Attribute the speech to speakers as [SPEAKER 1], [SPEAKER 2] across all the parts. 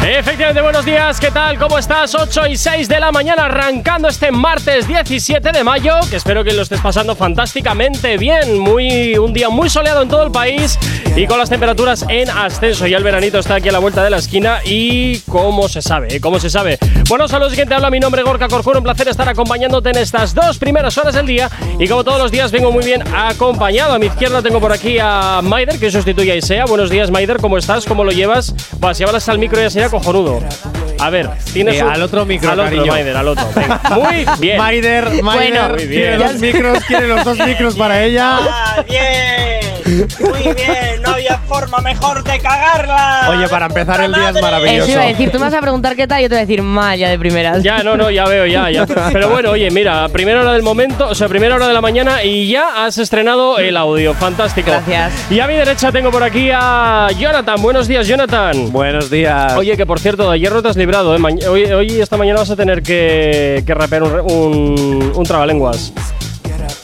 [SPEAKER 1] Efectivamente, buenos días, ¿qué tal? ¿Cómo estás? 8 y 6 de la mañana, arrancando este martes 17 de mayo, que espero que lo estés pasando fantásticamente bien. Muy, un día muy soleado en todo el país y con las temperaturas en ascenso. Ya el veranito está aquí a la vuelta de la esquina y cómo se sabe, ¿eh? cómo se sabe. Bueno, saludos, quien te habla, mi nombre es Gorka Corcuero, un placer estar acompañándote en estas dos primeras horas del día y como todos los días vengo muy bien acompañado. A mi izquierda tengo por aquí a Maider, que sustituye a Isea. Buenos días, Maider, ¿cómo estás? ¿Cómo lo llevas? Vas, si hablas al micro y así cojonudo. A ver, tienes
[SPEAKER 2] Eh,
[SPEAKER 1] un-
[SPEAKER 2] al otro micro,
[SPEAKER 1] al otro,
[SPEAKER 2] cariño.
[SPEAKER 1] Maider, al otro. Venga. Muy bien.
[SPEAKER 2] Maider, Maider,
[SPEAKER 1] Muy
[SPEAKER 2] quiere
[SPEAKER 1] bien.
[SPEAKER 2] los micros, quiere los dos micros para ella.
[SPEAKER 3] Ah, bien, muy bien, no había forma mejor de cagarla.
[SPEAKER 2] Oye, para empezar el día es
[SPEAKER 4] Eso iba a
[SPEAKER 2] maravilloso.
[SPEAKER 4] decir, tú me vas a preguntar qué tal y yo te voy a decir mal ya de primeras.
[SPEAKER 1] Ya, no, no, ya veo, ya, ya. Pero bueno, oye, mira, primera hora del momento, o sea, primera hora de la mañana y ya has estrenado el audio. Fantástico.
[SPEAKER 4] Gracias.
[SPEAKER 1] Y a mi derecha tengo por aquí a Jonathan. Buenos días, Jonathan.
[SPEAKER 2] Buenos días.
[SPEAKER 1] Oye, que por cierto, de ayer no te has librado, ¿eh? Ma- Hoy, hoy esta mañana vas a tener que, que rapear un, re- un, un trabalenguas.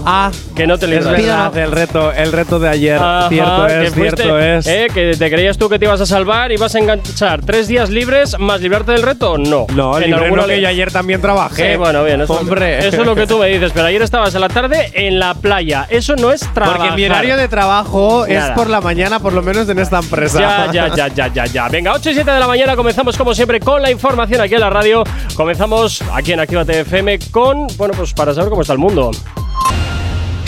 [SPEAKER 2] ah,
[SPEAKER 1] Que no te
[SPEAKER 2] es
[SPEAKER 1] libras.
[SPEAKER 2] verdad, el reto, el reto de ayer.
[SPEAKER 1] Ajá,
[SPEAKER 2] cierto
[SPEAKER 1] que
[SPEAKER 2] es,
[SPEAKER 1] fuiste,
[SPEAKER 2] cierto es.
[SPEAKER 1] eh, que te creías tú que te ibas a salvar y vas a enganchar tres días libres más librarte del reto. No.
[SPEAKER 2] No,
[SPEAKER 1] En
[SPEAKER 2] el
[SPEAKER 1] alguna
[SPEAKER 2] que
[SPEAKER 1] le-
[SPEAKER 2] yo ayer también trabajé.
[SPEAKER 1] Sí, bueno, bien. Eso,
[SPEAKER 2] Hombre.
[SPEAKER 1] eso es lo que tú me dices. Pero ayer estabas a la tarde en la playa. Eso no es trabajar.
[SPEAKER 2] Porque mi horario de trabajo es
[SPEAKER 1] Nada.
[SPEAKER 2] por la mañana, por lo menos en esta empresa.
[SPEAKER 1] Ya, ya, ya, ya, ya, ya. Venga, 8 y 7 de la mañana comenzamos como siempre con la información aquí en la radio. Comenzamos aquí en Actívate FM con, bueno, pues para saber cómo está el mundo.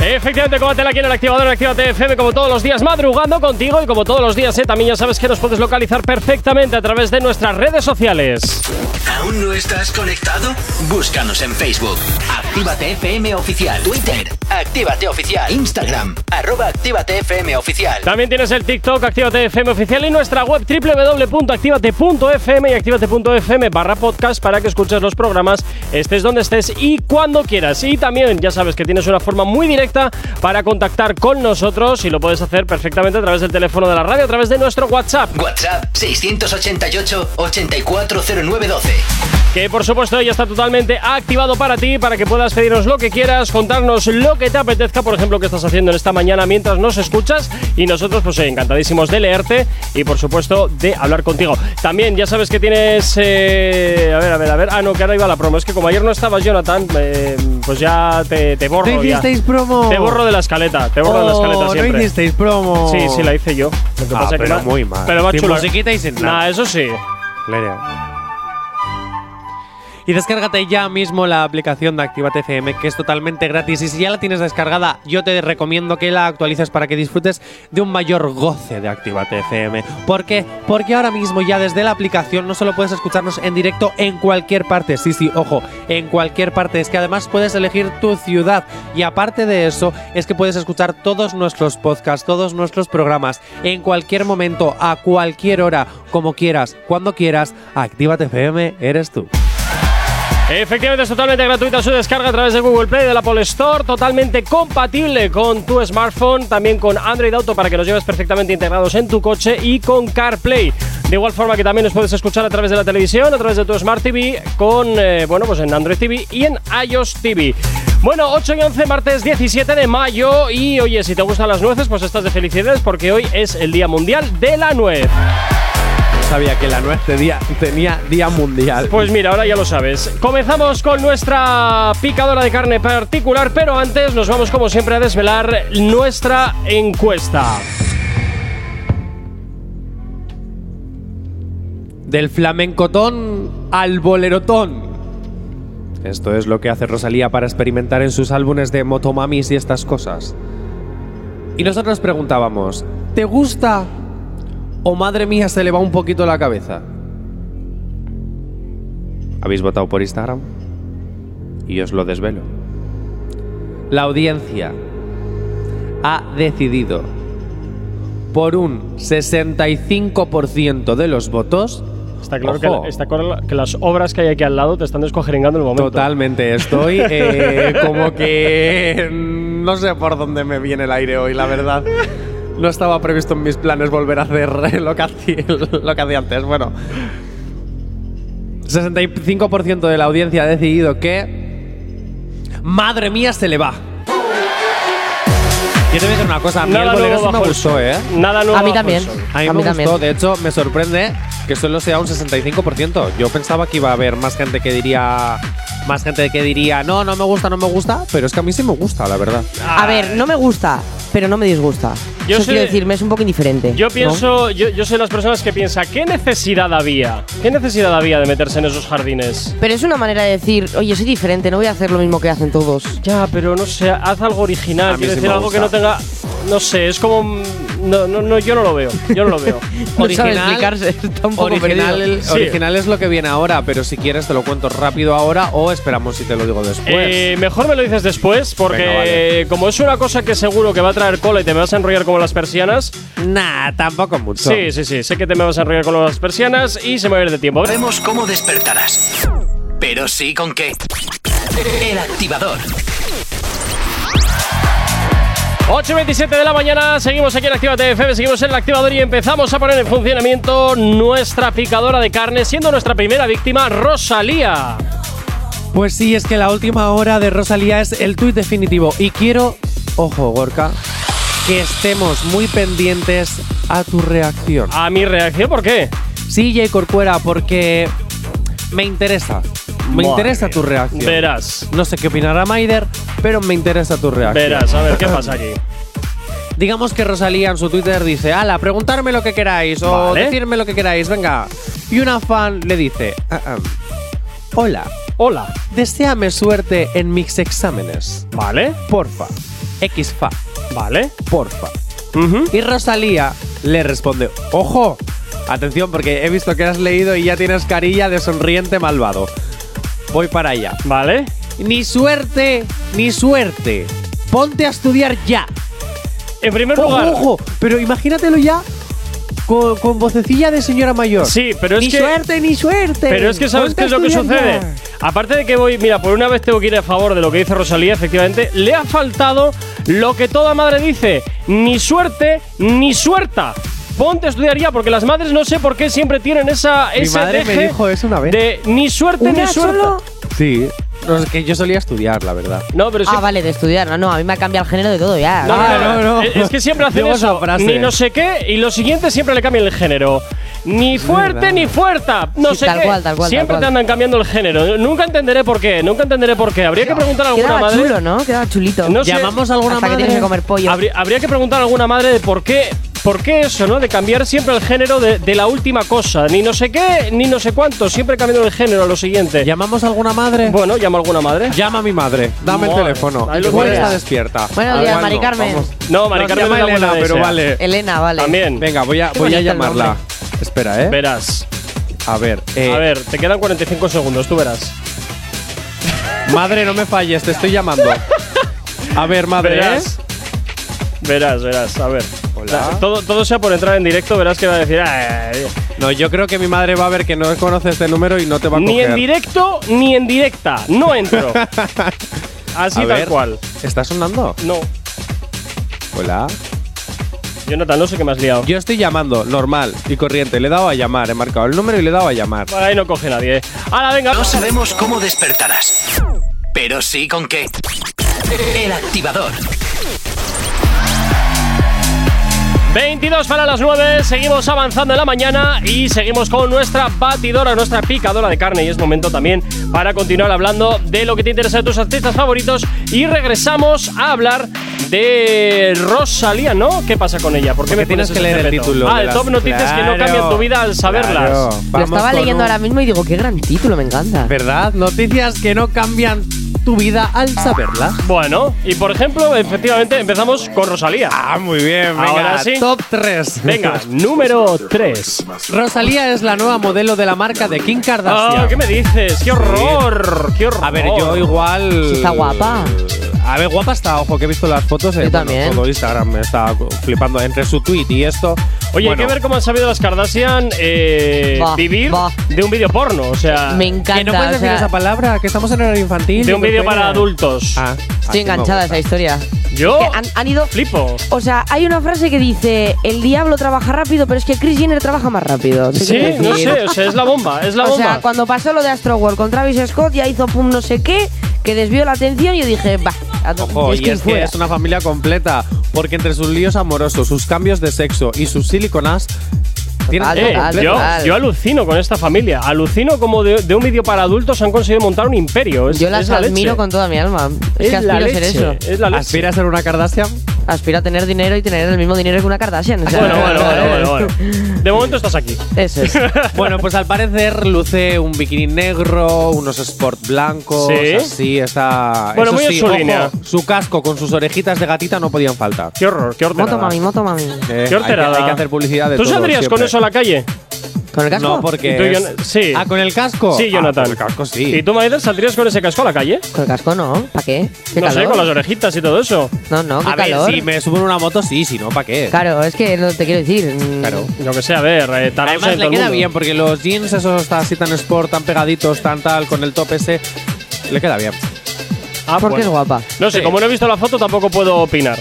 [SPEAKER 1] Efectivamente, combátela aquí en el activador en Actívate FM, como todos los días, madrugando contigo y como todos los días, eh, también ya sabes que nos puedes localizar perfectamente a través de nuestras redes sociales.
[SPEAKER 5] ¿Aún no estás conectado? Búscanos en Facebook. Actívate FM Oficial. Twitter. Actívate Oficial. Instagram. Arroba Actívate FM Oficial.
[SPEAKER 1] También tienes el TikTok Actívate FM oficial y nuestra web www.activate.fm y activate.fm barra podcast para que escuches los programas, estés donde estés y cuando quieras. Y también ya sabes que tienes una forma muy directa para contactar con nosotros y lo puedes hacer perfectamente a través del teléfono de la radio, a través de nuestro WhatsApp.
[SPEAKER 5] WhatsApp 688 840912.
[SPEAKER 1] que por supuesto ya está totalmente activado para ti, para que puedas pedirnos lo que quieras, contarnos lo que te apetezca, por ejemplo, que estás haciendo en esta mañana mientras nos escuchas y nosotros pues eh, encantadísimos de leerte y por supuesto de hablar contigo. También ya sabes que tienes... eh, a ver, a ver, a ver. Ah, no, que ahora iba la promo. Es que como ayer no estabas, Jonathan, eh, pues ya te, te borro.
[SPEAKER 2] ¿No
[SPEAKER 1] ya.
[SPEAKER 2] hicisteis promo?
[SPEAKER 1] Te borro de la escaleta, te borro de la
[SPEAKER 2] Oh,
[SPEAKER 1] escaleta siempre.
[SPEAKER 2] No hicisteis promo.
[SPEAKER 1] Sí, sí, la hice yo. Lo que
[SPEAKER 2] Ah,
[SPEAKER 1] pasa es que
[SPEAKER 2] pero
[SPEAKER 1] va-
[SPEAKER 2] muy mal.
[SPEAKER 1] Pero va
[SPEAKER 2] Sin
[SPEAKER 1] chula.
[SPEAKER 2] musiquita y sin nada.
[SPEAKER 1] Nah, eso sí.
[SPEAKER 2] Y descárgate ya mismo la aplicación de Actívate FM, que es totalmente gratis. Y si ya la tienes descargada, yo te recomiendo que la actualices para que disfrutes de un mayor goce de Actívate FM. ¿Por qué? Porque ahora mismo ya desde la aplicación no solo puedes escucharnos en directo en cualquier parte, sí, sí, ojo, en cualquier parte. Es que además puedes elegir tu ciudad. Y aparte de eso, es que puedes escuchar todos nuestros podcasts, todos nuestros programas, en cualquier momento, a cualquier hora, como quieras, cuando quieras. Actívate FM, eres tú.
[SPEAKER 1] Efectivamente, es totalmente gratuita su descarga a través de Google Play, de la Apple Store, totalmente compatible con tu smartphone, también con Android Auto para que los lleves perfectamente integrados en tu coche y con CarPlay. De igual forma que también nos puedes escuchar a través de la televisión, a través de tu Smart TV, con, eh, bueno, pues en Android TV y en iOS TV. Bueno, 8 y 11, martes 17 de mayo. Y oye, si te gustan las nueces, pues estás de felicidades porque hoy es el Día Mundial de la Nuez.
[SPEAKER 2] sabía que la nuez tenía, tenía día mundial.
[SPEAKER 1] Pues mira, ahora ya lo sabes. Comenzamos con nuestra picadora de carne particular, pero antes nos vamos como siempre a desvelar nuestra encuesta.
[SPEAKER 2] Del flamencotón al bolerotón. Esto es lo que hace Rosalía para experimentar en sus álbumes de motomamis y estas cosas. Y nosotros preguntábamos, ¿te gusta? ¿O madre mía se le va un poquito la cabeza? ¿Habéis votado por Instagram? Y os lo desvelo. La audiencia ha decidido por un 65% de los votos.
[SPEAKER 1] Está claro, que,
[SPEAKER 2] Ojo.
[SPEAKER 1] está claro que las obras que hay aquí al lado te están descogeringando el momento.
[SPEAKER 2] Totalmente, estoy eh, como que mm, no sé por dónde me viene el aire hoy, la verdad. No estaba previsto en mis planes volver a hacer lo que hacía, lo que hacía antes. Bueno. 65% de la audiencia ha decidido que. Madre mía, se le va. Yo te voy a decir una cosa. A mí el
[SPEAKER 1] Nada
[SPEAKER 2] bolero
[SPEAKER 1] nuevo
[SPEAKER 2] sí me
[SPEAKER 1] bajo el
[SPEAKER 2] gustó,
[SPEAKER 1] sol.
[SPEAKER 2] ¿eh?
[SPEAKER 1] Nada nuevo
[SPEAKER 4] A mí
[SPEAKER 1] bajo el
[SPEAKER 4] también.
[SPEAKER 1] sol.
[SPEAKER 2] A mí
[SPEAKER 4] A
[SPEAKER 2] me
[SPEAKER 4] mí
[SPEAKER 2] gustó,
[SPEAKER 4] también.
[SPEAKER 2] de hecho, me sorprende que solo sea un 65%. Yo pensaba que iba a haber más gente que diría más gente que diría, "No, no me gusta, no me gusta", pero es que a mí sí me gusta, la verdad.
[SPEAKER 4] A ver, no me gusta, pero no me disgusta.
[SPEAKER 1] Yo
[SPEAKER 4] Eso
[SPEAKER 1] soy
[SPEAKER 4] quiero
[SPEAKER 1] de-
[SPEAKER 4] decir, me es un poco indiferente.
[SPEAKER 1] Yo
[SPEAKER 4] ¿no?
[SPEAKER 1] pienso, yo, yo soy de las personas que piensa, ¿qué necesidad había? ¿Qué necesidad había de meterse en esos jardines?
[SPEAKER 4] Pero es una manera de decir, oye, soy diferente, no voy a hacer lo mismo que hacen todos.
[SPEAKER 1] Ya, pero no sé, haz algo
[SPEAKER 2] A
[SPEAKER 1] original,
[SPEAKER 2] mí
[SPEAKER 1] quiero
[SPEAKER 2] sí
[SPEAKER 1] decir
[SPEAKER 2] me
[SPEAKER 1] algo que no
[SPEAKER 2] gusta.
[SPEAKER 1] tenga. No sé, es como. mm, No, no, no, yo no lo veo. Yo no lo veo.
[SPEAKER 4] No sabe explicarse, está un poco
[SPEAKER 2] original,
[SPEAKER 4] perdido.
[SPEAKER 1] Sí.
[SPEAKER 2] original es lo que viene ahora, pero si quieres te lo cuento rápido ahora o esperamos si te lo digo después.
[SPEAKER 1] Eh, mejor me lo dices después, porque
[SPEAKER 2] Pues. Venga, vale.
[SPEAKER 1] como es una cosa que seguro que va a traer cola y te me vas a enrollar como las persianas.
[SPEAKER 2] nah, tampoco mucho.
[SPEAKER 1] Sí, sí, sí, sé que te me vas a enrollar como las persianas y se me va a ir de tiempo.
[SPEAKER 5] Sabemos cómo despertarás. Pero sí con qué. El activador.
[SPEAKER 1] 8 y 27 de la mañana, seguimos aquí en Actívate FM, seguimos en el activador y empezamos a poner en funcionamiento nuestra picadora de carne, siendo nuestra primera víctima Rosalía.
[SPEAKER 2] Pues sí, es que la última hora de Rosalía es el tuit definitivo. Y quiero, ojo, Gorka, que estemos muy pendientes a tu reacción.
[SPEAKER 1] A mi reacción, ¿por qué?
[SPEAKER 2] Sí, Jay Corcuera, porque me interesa. Me
[SPEAKER 1] Madre
[SPEAKER 2] interesa tu
[SPEAKER 1] mía.
[SPEAKER 2] reacción.
[SPEAKER 1] Verás,
[SPEAKER 2] No sé qué opinará Maider, pero me interesa tu reacción.
[SPEAKER 1] verás, a ver qué pasa allí.
[SPEAKER 2] Digamos que Rosalía en su Twitter dice, ala, preguntarme lo que queráis o
[SPEAKER 1] Vale.
[SPEAKER 2] decirme lo que queráis, venga. Y una fan le dice, "Ah, ah. hola,
[SPEAKER 1] Hola,
[SPEAKER 2] deséame suerte en mis exámenes.
[SPEAKER 1] ¿vale?
[SPEAKER 2] Porfa, XFA,
[SPEAKER 1] ¿Vale?
[SPEAKER 2] porfa.
[SPEAKER 1] Ujú.
[SPEAKER 2] Y Rosalía le responde, ojo, atención porque he visto que has leído y ya tienes carilla de sonriente malvado. Voy para allá.
[SPEAKER 1] ¿Vale?
[SPEAKER 2] Ni suerte, ni suerte. Ponte a estudiar ya.
[SPEAKER 1] En primer
[SPEAKER 2] Ojo,
[SPEAKER 1] lugar,
[SPEAKER 2] ojo, pero imagínatelo ya con, con vocecilla de señora mayor.
[SPEAKER 1] Sí, pero es
[SPEAKER 2] ni
[SPEAKER 1] que-
[SPEAKER 2] suerte, ni suerte.
[SPEAKER 1] Pero es que sabes
[SPEAKER 2] Ponte
[SPEAKER 1] qué
[SPEAKER 2] a
[SPEAKER 1] es lo que
[SPEAKER 2] estudiar
[SPEAKER 1] sucede.
[SPEAKER 2] ya.
[SPEAKER 1] Aparte de que voy, mira, por una vez tengo que ir a favor de lo que dice Rosalía, efectivamente, le ha faltado lo que toda madre dice, ni suerte ni suerta. Ponte a estudiar ya, porque las madres no sé por qué siempre tienen esa
[SPEAKER 2] Mi
[SPEAKER 1] ese
[SPEAKER 2] madre me
[SPEAKER 1] deje
[SPEAKER 2] dijo eso una vez.
[SPEAKER 1] de ni suerte ni
[SPEAKER 4] ¿Una
[SPEAKER 1] suerte.
[SPEAKER 4] solo?
[SPEAKER 2] Sí. No, es que yo solía estudiar, la verdad.
[SPEAKER 1] No, pero sí.
[SPEAKER 4] Ah, vale, de estudiar. No, no, a mí me ha cambiado el género de todo ya.
[SPEAKER 1] No,
[SPEAKER 2] Ah,
[SPEAKER 1] no, no.
[SPEAKER 2] no, no.
[SPEAKER 1] Es es que siempre hacen
[SPEAKER 2] Digo esa
[SPEAKER 1] eso,
[SPEAKER 2] frase.
[SPEAKER 1] ni no sé qué, y lo siguiente siempre le cambian el género. Ni fuerte
[SPEAKER 2] verdad.
[SPEAKER 1] ni fuerta, no
[SPEAKER 4] Sí,
[SPEAKER 1] sé
[SPEAKER 4] tal
[SPEAKER 1] qué.
[SPEAKER 4] cual, tal cual, tal
[SPEAKER 1] siempre
[SPEAKER 4] cual.
[SPEAKER 1] te andan cambiando el género. Nunca entenderé por qué, nunca entenderé por qué. Habría que preguntar a alguna
[SPEAKER 4] Quedaba
[SPEAKER 1] madre.
[SPEAKER 4] chulo, ¿no? Quedaba chulito.
[SPEAKER 1] No sé.
[SPEAKER 2] Llamamos a alguna
[SPEAKER 4] Hasta que
[SPEAKER 2] madre.
[SPEAKER 4] tienes que comer pollo.
[SPEAKER 1] Habría, habría que preguntar a alguna madre de por qué, por qué eso, ¿no? De cambiar siempre el género de, de la última cosa. Ni no sé qué, ni no sé cuánto. Siempre cambiando el género a lo siguiente.
[SPEAKER 2] ¿Llamamos a alguna madre?
[SPEAKER 1] Bueno, llama a alguna madre.
[SPEAKER 2] Llama a mi madre. Dame
[SPEAKER 1] Madre,
[SPEAKER 2] el teléfono.
[SPEAKER 1] ahí lo
[SPEAKER 2] Igual
[SPEAKER 1] tienes.
[SPEAKER 2] está despierta.
[SPEAKER 4] Buenos
[SPEAKER 2] Igual
[SPEAKER 4] días,
[SPEAKER 2] no,
[SPEAKER 4] Mari Carmen.
[SPEAKER 2] vamos.
[SPEAKER 1] No, Mari
[SPEAKER 2] Nos
[SPEAKER 1] Carmen
[SPEAKER 2] llama
[SPEAKER 1] es la
[SPEAKER 2] Elena,
[SPEAKER 1] buena
[SPEAKER 2] pero
[SPEAKER 1] esa.
[SPEAKER 2] vale. Eh,
[SPEAKER 4] Elena, vale.
[SPEAKER 1] También.
[SPEAKER 2] Venga, voy a,
[SPEAKER 4] Qué
[SPEAKER 2] voy a
[SPEAKER 4] bonito el
[SPEAKER 2] llamarla.
[SPEAKER 4] nombre.
[SPEAKER 2] Espera, ¿eh?
[SPEAKER 1] Verás.
[SPEAKER 2] A ver. eh,
[SPEAKER 1] A ver, te quedan 45 segundos, tú verás.
[SPEAKER 2] Madre, no me falles, te estoy llamando. A ver, madre. ¿eh?
[SPEAKER 1] Verás. Verás, verás, a ver.
[SPEAKER 2] Hola.
[SPEAKER 1] Na- Todo, todo sea por entrar en directo, verás que va a decir. "Ah, eh".
[SPEAKER 2] ¿eh? No, yo creo que mi madre va a ver que no conoce este número y no te va a
[SPEAKER 1] Ni
[SPEAKER 2] coger.
[SPEAKER 1] en directo ni en directa. No entro. Así tal
[SPEAKER 2] A ver,
[SPEAKER 1] cual.
[SPEAKER 2] ¿Está sonando?
[SPEAKER 1] No.
[SPEAKER 2] Hola.
[SPEAKER 1] Jonathan, no sé qué me has liado.
[SPEAKER 2] Yo estoy llamando, normal y corriente. Le he dado a llamar, he marcado el número y le he dado a llamar.
[SPEAKER 1] Por ahí no coge nadie. eh. Ahora venga.
[SPEAKER 5] No sabemos cómo despertarás. Pero sí con qué. El activador.
[SPEAKER 1] 22 para las 9. Seguimos avanzando en la mañana y seguimos con nuestra batidora, nuestra picadora de carne. Y es momento también para continuar hablando de lo que te interesa de tus artistas favoritos. Y regresamos a hablar de Rosalía, ¿no? ¿Qué pasa con ella? ¿Por qué
[SPEAKER 2] Porque
[SPEAKER 1] me
[SPEAKER 2] tienes
[SPEAKER 1] pones
[SPEAKER 2] que
[SPEAKER 1] ese
[SPEAKER 2] leer el
[SPEAKER 1] reto?
[SPEAKER 2] título.
[SPEAKER 1] Ah,
[SPEAKER 2] de
[SPEAKER 1] el
[SPEAKER 2] las-
[SPEAKER 1] top noticias que no
[SPEAKER 2] Claro,
[SPEAKER 1] cambian tu vida al saberlas.
[SPEAKER 2] claro.
[SPEAKER 4] Lo
[SPEAKER 2] Vamos
[SPEAKER 4] estaba
[SPEAKER 2] con
[SPEAKER 4] leyendo
[SPEAKER 2] un-
[SPEAKER 4] ahora mismo y digo, qué gran título, me encanta.
[SPEAKER 2] ¿Verdad? Noticias que no cambian tu vida al saberlas.
[SPEAKER 1] Bueno, y por ejemplo, efectivamente empezamos con Rosalía.
[SPEAKER 2] Ah, muy bien, venga.
[SPEAKER 1] Ahora sí.
[SPEAKER 2] Top 3.
[SPEAKER 1] Venga, número 3.
[SPEAKER 2] Rosalía es la nueva modelo de la marca de Kim
[SPEAKER 1] Ah,
[SPEAKER 2] Kardashian.
[SPEAKER 1] ¿Qué me dices? ¡Qué horror! ¡Qué horror!
[SPEAKER 2] A ver, yo igual.
[SPEAKER 4] Sí, está guapa.
[SPEAKER 2] A ver, guapa está, ojo, que he visto las fotos. eh,
[SPEAKER 6] Yo
[SPEAKER 2] bueno,
[SPEAKER 6] también.
[SPEAKER 2] todo Instagram me está flipando entre su tweet y esto.
[SPEAKER 1] Oye,
[SPEAKER 2] bueno,
[SPEAKER 1] hay que ver cómo han sabido las Kardashian eh,
[SPEAKER 6] Va,
[SPEAKER 1] vivir
[SPEAKER 6] va.
[SPEAKER 1] de un vídeo porno. O sea,
[SPEAKER 6] Me encanta.
[SPEAKER 2] Que no puedes
[SPEAKER 6] o
[SPEAKER 2] decir
[SPEAKER 6] sea,
[SPEAKER 2] esa palabra, que estamos en horario infantil.
[SPEAKER 1] de un vídeo para
[SPEAKER 2] Pepe.
[SPEAKER 1] adultos.
[SPEAKER 2] Ah, así
[SPEAKER 6] Estoy
[SPEAKER 2] me
[SPEAKER 6] enganchada a esa
[SPEAKER 2] gusta.
[SPEAKER 6] historia.
[SPEAKER 1] Yo
[SPEAKER 6] Que han, han ido.
[SPEAKER 1] flipo.
[SPEAKER 6] O sea, hay una frase que dice: El diablo trabaja rápido, pero es que Chris Jenner trabaja más rápido. ¿Qué
[SPEAKER 1] Sí,
[SPEAKER 6] quiero
[SPEAKER 1] no
[SPEAKER 6] decir?
[SPEAKER 1] sé, o sea, es la bomba, es la
[SPEAKER 6] o
[SPEAKER 1] bomba.
[SPEAKER 6] sea, cuando pasó lo de Astro World con Travis Scott, ya hizo pum no sé qué, que desvió la atención y yo dije, va, a to-
[SPEAKER 2] Ojo,
[SPEAKER 6] es
[SPEAKER 2] y
[SPEAKER 6] que
[SPEAKER 2] es que
[SPEAKER 6] fuera".
[SPEAKER 2] es una familia completa, porque entre sus líos amorosos, sus cambios de sexo y sus siliconas, tienen
[SPEAKER 6] Total,
[SPEAKER 1] Eh,
[SPEAKER 6] total,
[SPEAKER 1] yo,
[SPEAKER 6] total.
[SPEAKER 1] yo alucino con esta familia. Alucino como de, de un vídeo para adultos han conseguido montar un imperio. Es,
[SPEAKER 6] Yo las
[SPEAKER 1] es la
[SPEAKER 6] admiro
[SPEAKER 1] leche.
[SPEAKER 6] con toda mi alma. Es, que
[SPEAKER 1] Es la
[SPEAKER 6] aspiro a ser
[SPEAKER 1] leche,
[SPEAKER 6] eso.
[SPEAKER 1] Es la leche.
[SPEAKER 2] ¿Aspira a ser una Kardashian?
[SPEAKER 6] Aspiro a tener dinero y tener el mismo dinero que una Kardashian. o sea,
[SPEAKER 1] Bueno, bueno, bueno, bueno, bueno. De momento estás aquí.
[SPEAKER 6] Eso es.
[SPEAKER 2] Bueno, pues al parecer luce un bikini negro, unos sport blancos,
[SPEAKER 1] Sí.
[SPEAKER 2] así, está.
[SPEAKER 1] Bueno, muy en
[SPEAKER 2] sí,
[SPEAKER 1] su
[SPEAKER 2] ojo,
[SPEAKER 1] línea.
[SPEAKER 2] Su casco con sus orejitas de gatita no podían faltar.
[SPEAKER 1] Qué horror, qué horror.
[SPEAKER 6] moto mami, moto mami.
[SPEAKER 2] Eh,
[SPEAKER 1] Qué
[SPEAKER 2] hay, que,
[SPEAKER 1] horterada.
[SPEAKER 2] hay que hacer publicidad de
[SPEAKER 1] ¿Tú
[SPEAKER 2] todo
[SPEAKER 1] saldrías con
[SPEAKER 2] siempre.
[SPEAKER 1] eso a la calle?
[SPEAKER 6] ¿Con el casco?
[SPEAKER 2] No, porque.
[SPEAKER 1] ¿Y tú,
[SPEAKER 2] es-
[SPEAKER 1] Jon- sí.
[SPEAKER 2] Ah, con el casco.
[SPEAKER 1] Sí, Jonathan.
[SPEAKER 2] Ah, con el casco, sí.
[SPEAKER 1] ¿Y tú, Maiden, saldrías con ese casco a la calle?
[SPEAKER 6] Con el casco no. ¿Para qué? ¿Qué
[SPEAKER 1] no
[SPEAKER 6] calor?
[SPEAKER 1] sé, con las orejitas y todo eso.
[SPEAKER 6] No, no, qué
[SPEAKER 2] A ver,
[SPEAKER 6] calor.
[SPEAKER 2] si me subo en una moto, sí, si no, ¿para qué?
[SPEAKER 6] Claro, es que no te quiero decir. mm,
[SPEAKER 2] Claro.
[SPEAKER 1] Yo que sé, a ver, eh, tarados hay
[SPEAKER 2] Además
[SPEAKER 1] en todo
[SPEAKER 2] le
[SPEAKER 1] el
[SPEAKER 2] queda
[SPEAKER 1] mundo.
[SPEAKER 2] bien porque los jeans esos están así tan sport, tan pegaditos, tan tal, con el top ese, le queda bien.
[SPEAKER 1] Ah,
[SPEAKER 6] porque
[SPEAKER 1] bueno.
[SPEAKER 6] es guapa.
[SPEAKER 1] No sé,
[SPEAKER 2] Sí.
[SPEAKER 1] como no he visto la foto, tampoco puedo opinar.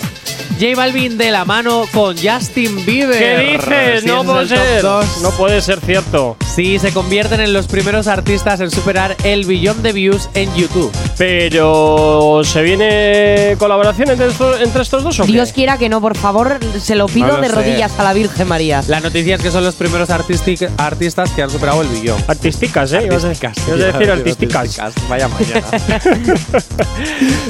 [SPEAKER 2] J Balvin de la mano con Justin Bieber.
[SPEAKER 1] ¿Qué dices?
[SPEAKER 2] Sí,
[SPEAKER 1] No
[SPEAKER 2] es
[SPEAKER 1] puede
[SPEAKER 2] el top
[SPEAKER 1] ser.
[SPEAKER 2] dos.
[SPEAKER 1] No puede ser cierto.
[SPEAKER 2] Sí, se convierten en los primeros artistas en superar el billón de views en YouTube.
[SPEAKER 1] Pero se viene colaboración entre, esto- entre estos dos o qué?
[SPEAKER 6] Dios quiera que no, por favor, se lo pido
[SPEAKER 2] No lo
[SPEAKER 6] de
[SPEAKER 2] sé.
[SPEAKER 6] rodillas a la Virgen María.
[SPEAKER 2] La noticia es que son los primeros artistic- artistas que han superado el billón.
[SPEAKER 1] Artísticas, ¿eh? Ibas a- ibas a decir artísticas.
[SPEAKER 2] Vaya mañana.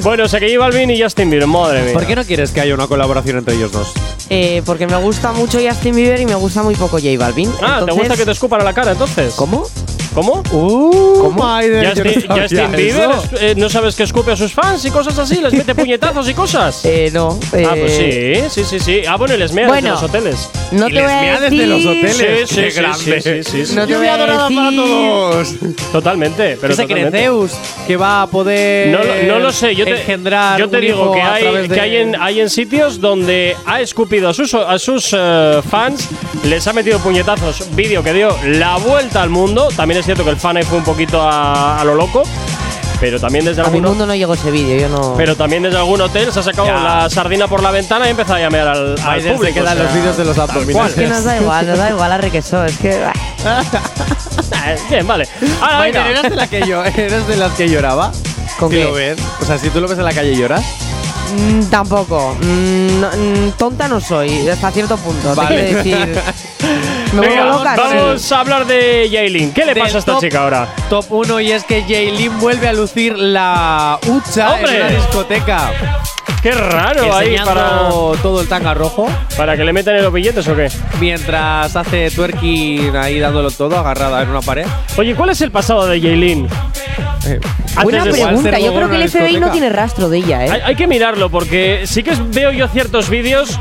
[SPEAKER 1] Bueno, sé que J Balvin y Justin Bieber, madre mía.
[SPEAKER 2] ¿Por qué no quieres que haya una colaboración entre ellos dos?
[SPEAKER 6] Eh, porque me gusta mucho Justin Bieber y me gusta muy poco J Balvin.
[SPEAKER 1] Ah, ¿te
[SPEAKER 6] Entonces-
[SPEAKER 1] gusta que te escupan a la cara entonces?
[SPEAKER 6] ¿Cómo?
[SPEAKER 1] ¿Cómo? este-
[SPEAKER 2] Uh,
[SPEAKER 1] Justin, Justin Bieber, es- eh, ¿no sabes que escupe a sus fans y cosas así? ¿Les mete puñetazos y cosas?
[SPEAKER 6] Eh, no.
[SPEAKER 1] ah, pues
[SPEAKER 6] eh,
[SPEAKER 1] sí, sí, sí, sí. Ah, bueno, y les mea
[SPEAKER 6] Bueno.
[SPEAKER 1] desde los hoteles.
[SPEAKER 6] No te
[SPEAKER 2] les
[SPEAKER 6] voy a
[SPEAKER 2] mea
[SPEAKER 6] decir.
[SPEAKER 2] desde los hoteles. Qué grande.
[SPEAKER 1] sí, sí, sí.
[SPEAKER 6] No te voy a decir.
[SPEAKER 1] Totalmente, pero
[SPEAKER 2] ¿Qué se cree
[SPEAKER 1] totalmente.
[SPEAKER 2] Zeus? Que va a poder
[SPEAKER 1] No, lo- no lo sé, yo te,
[SPEAKER 2] engendrar
[SPEAKER 1] yo te
[SPEAKER 2] un
[SPEAKER 1] digo
[SPEAKER 2] hijo
[SPEAKER 1] que,
[SPEAKER 2] a
[SPEAKER 1] hay,
[SPEAKER 2] través
[SPEAKER 1] que
[SPEAKER 2] de-
[SPEAKER 1] hay, en, hay en sitios donde ha escupido a sus, a sus eh, fans, les ha metido puñetazos, vídeo que dio la vuelta al mundo, también es cierto que el fan ahí fue un poquito a, a lo loco, pero también desde
[SPEAKER 6] A mi
[SPEAKER 1] algún,
[SPEAKER 6] mundo no llegó ese vídeo, yo no.
[SPEAKER 1] pero también desde algún hotel se ha sacado
[SPEAKER 2] Ya.
[SPEAKER 1] la sardina por la ventana y ha empezado a llamar al, al
[SPEAKER 2] Biden se
[SPEAKER 1] público.
[SPEAKER 2] queda en los vídeos de los
[SPEAKER 1] tal
[SPEAKER 2] abdominales.
[SPEAKER 1] cual.
[SPEAKER 6] es que nos da igual, nos da igual a requesó, es que. ah, bah.
[SPEAKER 1] eh, Bien, vale. Ahora,
[SPEAKER 2] Maite,
[SPEAKER 1] venga.
[SPEAKER 2] ¿eras de, la que yo, ¿Eres de las que lloraba?
[SPEAKER 6] ¿Con
[SPEAKER 2] si
[SPEAKER 6] qué?
[SPEAKER 2] lo ves. O sea, si tú lo ves en la calle lloras.
[SPEAKER 6] Mm, tampoco. Mm, no- mm, tonta no soy, hasta cierto punto.
[SPEAKER 2] Vale.
[SPEAKER 6] Te quiero decir. Me
[SPEAKER 1] Venga,
[SPEAKER 6] vuelvo loca,
[SPEAKER 1] vamos
[SPEAKER 6] sí.
[SPEAKER 1] a hablar de Jaylin. ¿Qué le
[SPEAKER 2] Del
[SPEAKER 1] pasa a esta
[SPEAKER 2] top-
[SPEAKER 1] chica ahora?
[SPEAKER 2] Top 1 y es que Jaylin vuelve a lucir la hucha
[SPEAKER 1] ¡Hombre!
[SPEAKER 2] en una discoteca.
[SPEAKER 1] Qué raro ahí
[SPEAKER 2] Enseñando
[SPEAKER 1] para,
[SPEAKER 2] todo el tanga rojo.
[SPEAKER 1] para que le metan en los billetes o qué.
[SPEAKER 2] Mientras hace twerking ahí dándolo todo, agarrada en una pared.
[SPEAKER 1] Oye, ¿cuál es el pasado de Jaylin?
[SPEAKER 2] Eh,
[SPEAKER 6] Buena
[SPEAKER 1] Antes de-
[SPEAKER 2] igual
[SPEAKER 6] pregunta,
[SPEAKER 2] se
[SPEAKER 6] yo
[SPEAKER 2] robó
[SPEAKER 6] creo que
[SPEAKER 2] una
[SPEAKER 6] el FBI no
[SPEAKER 2] discoteca.
[SPEAKER 6] tiene rastro de ella,
[SPEAKER 1] Hay,
[SPEAKER 6] ¿eh?
[SPEAKER 1] hay que mirarlo porque sí que es- veo yo ciertos vídeos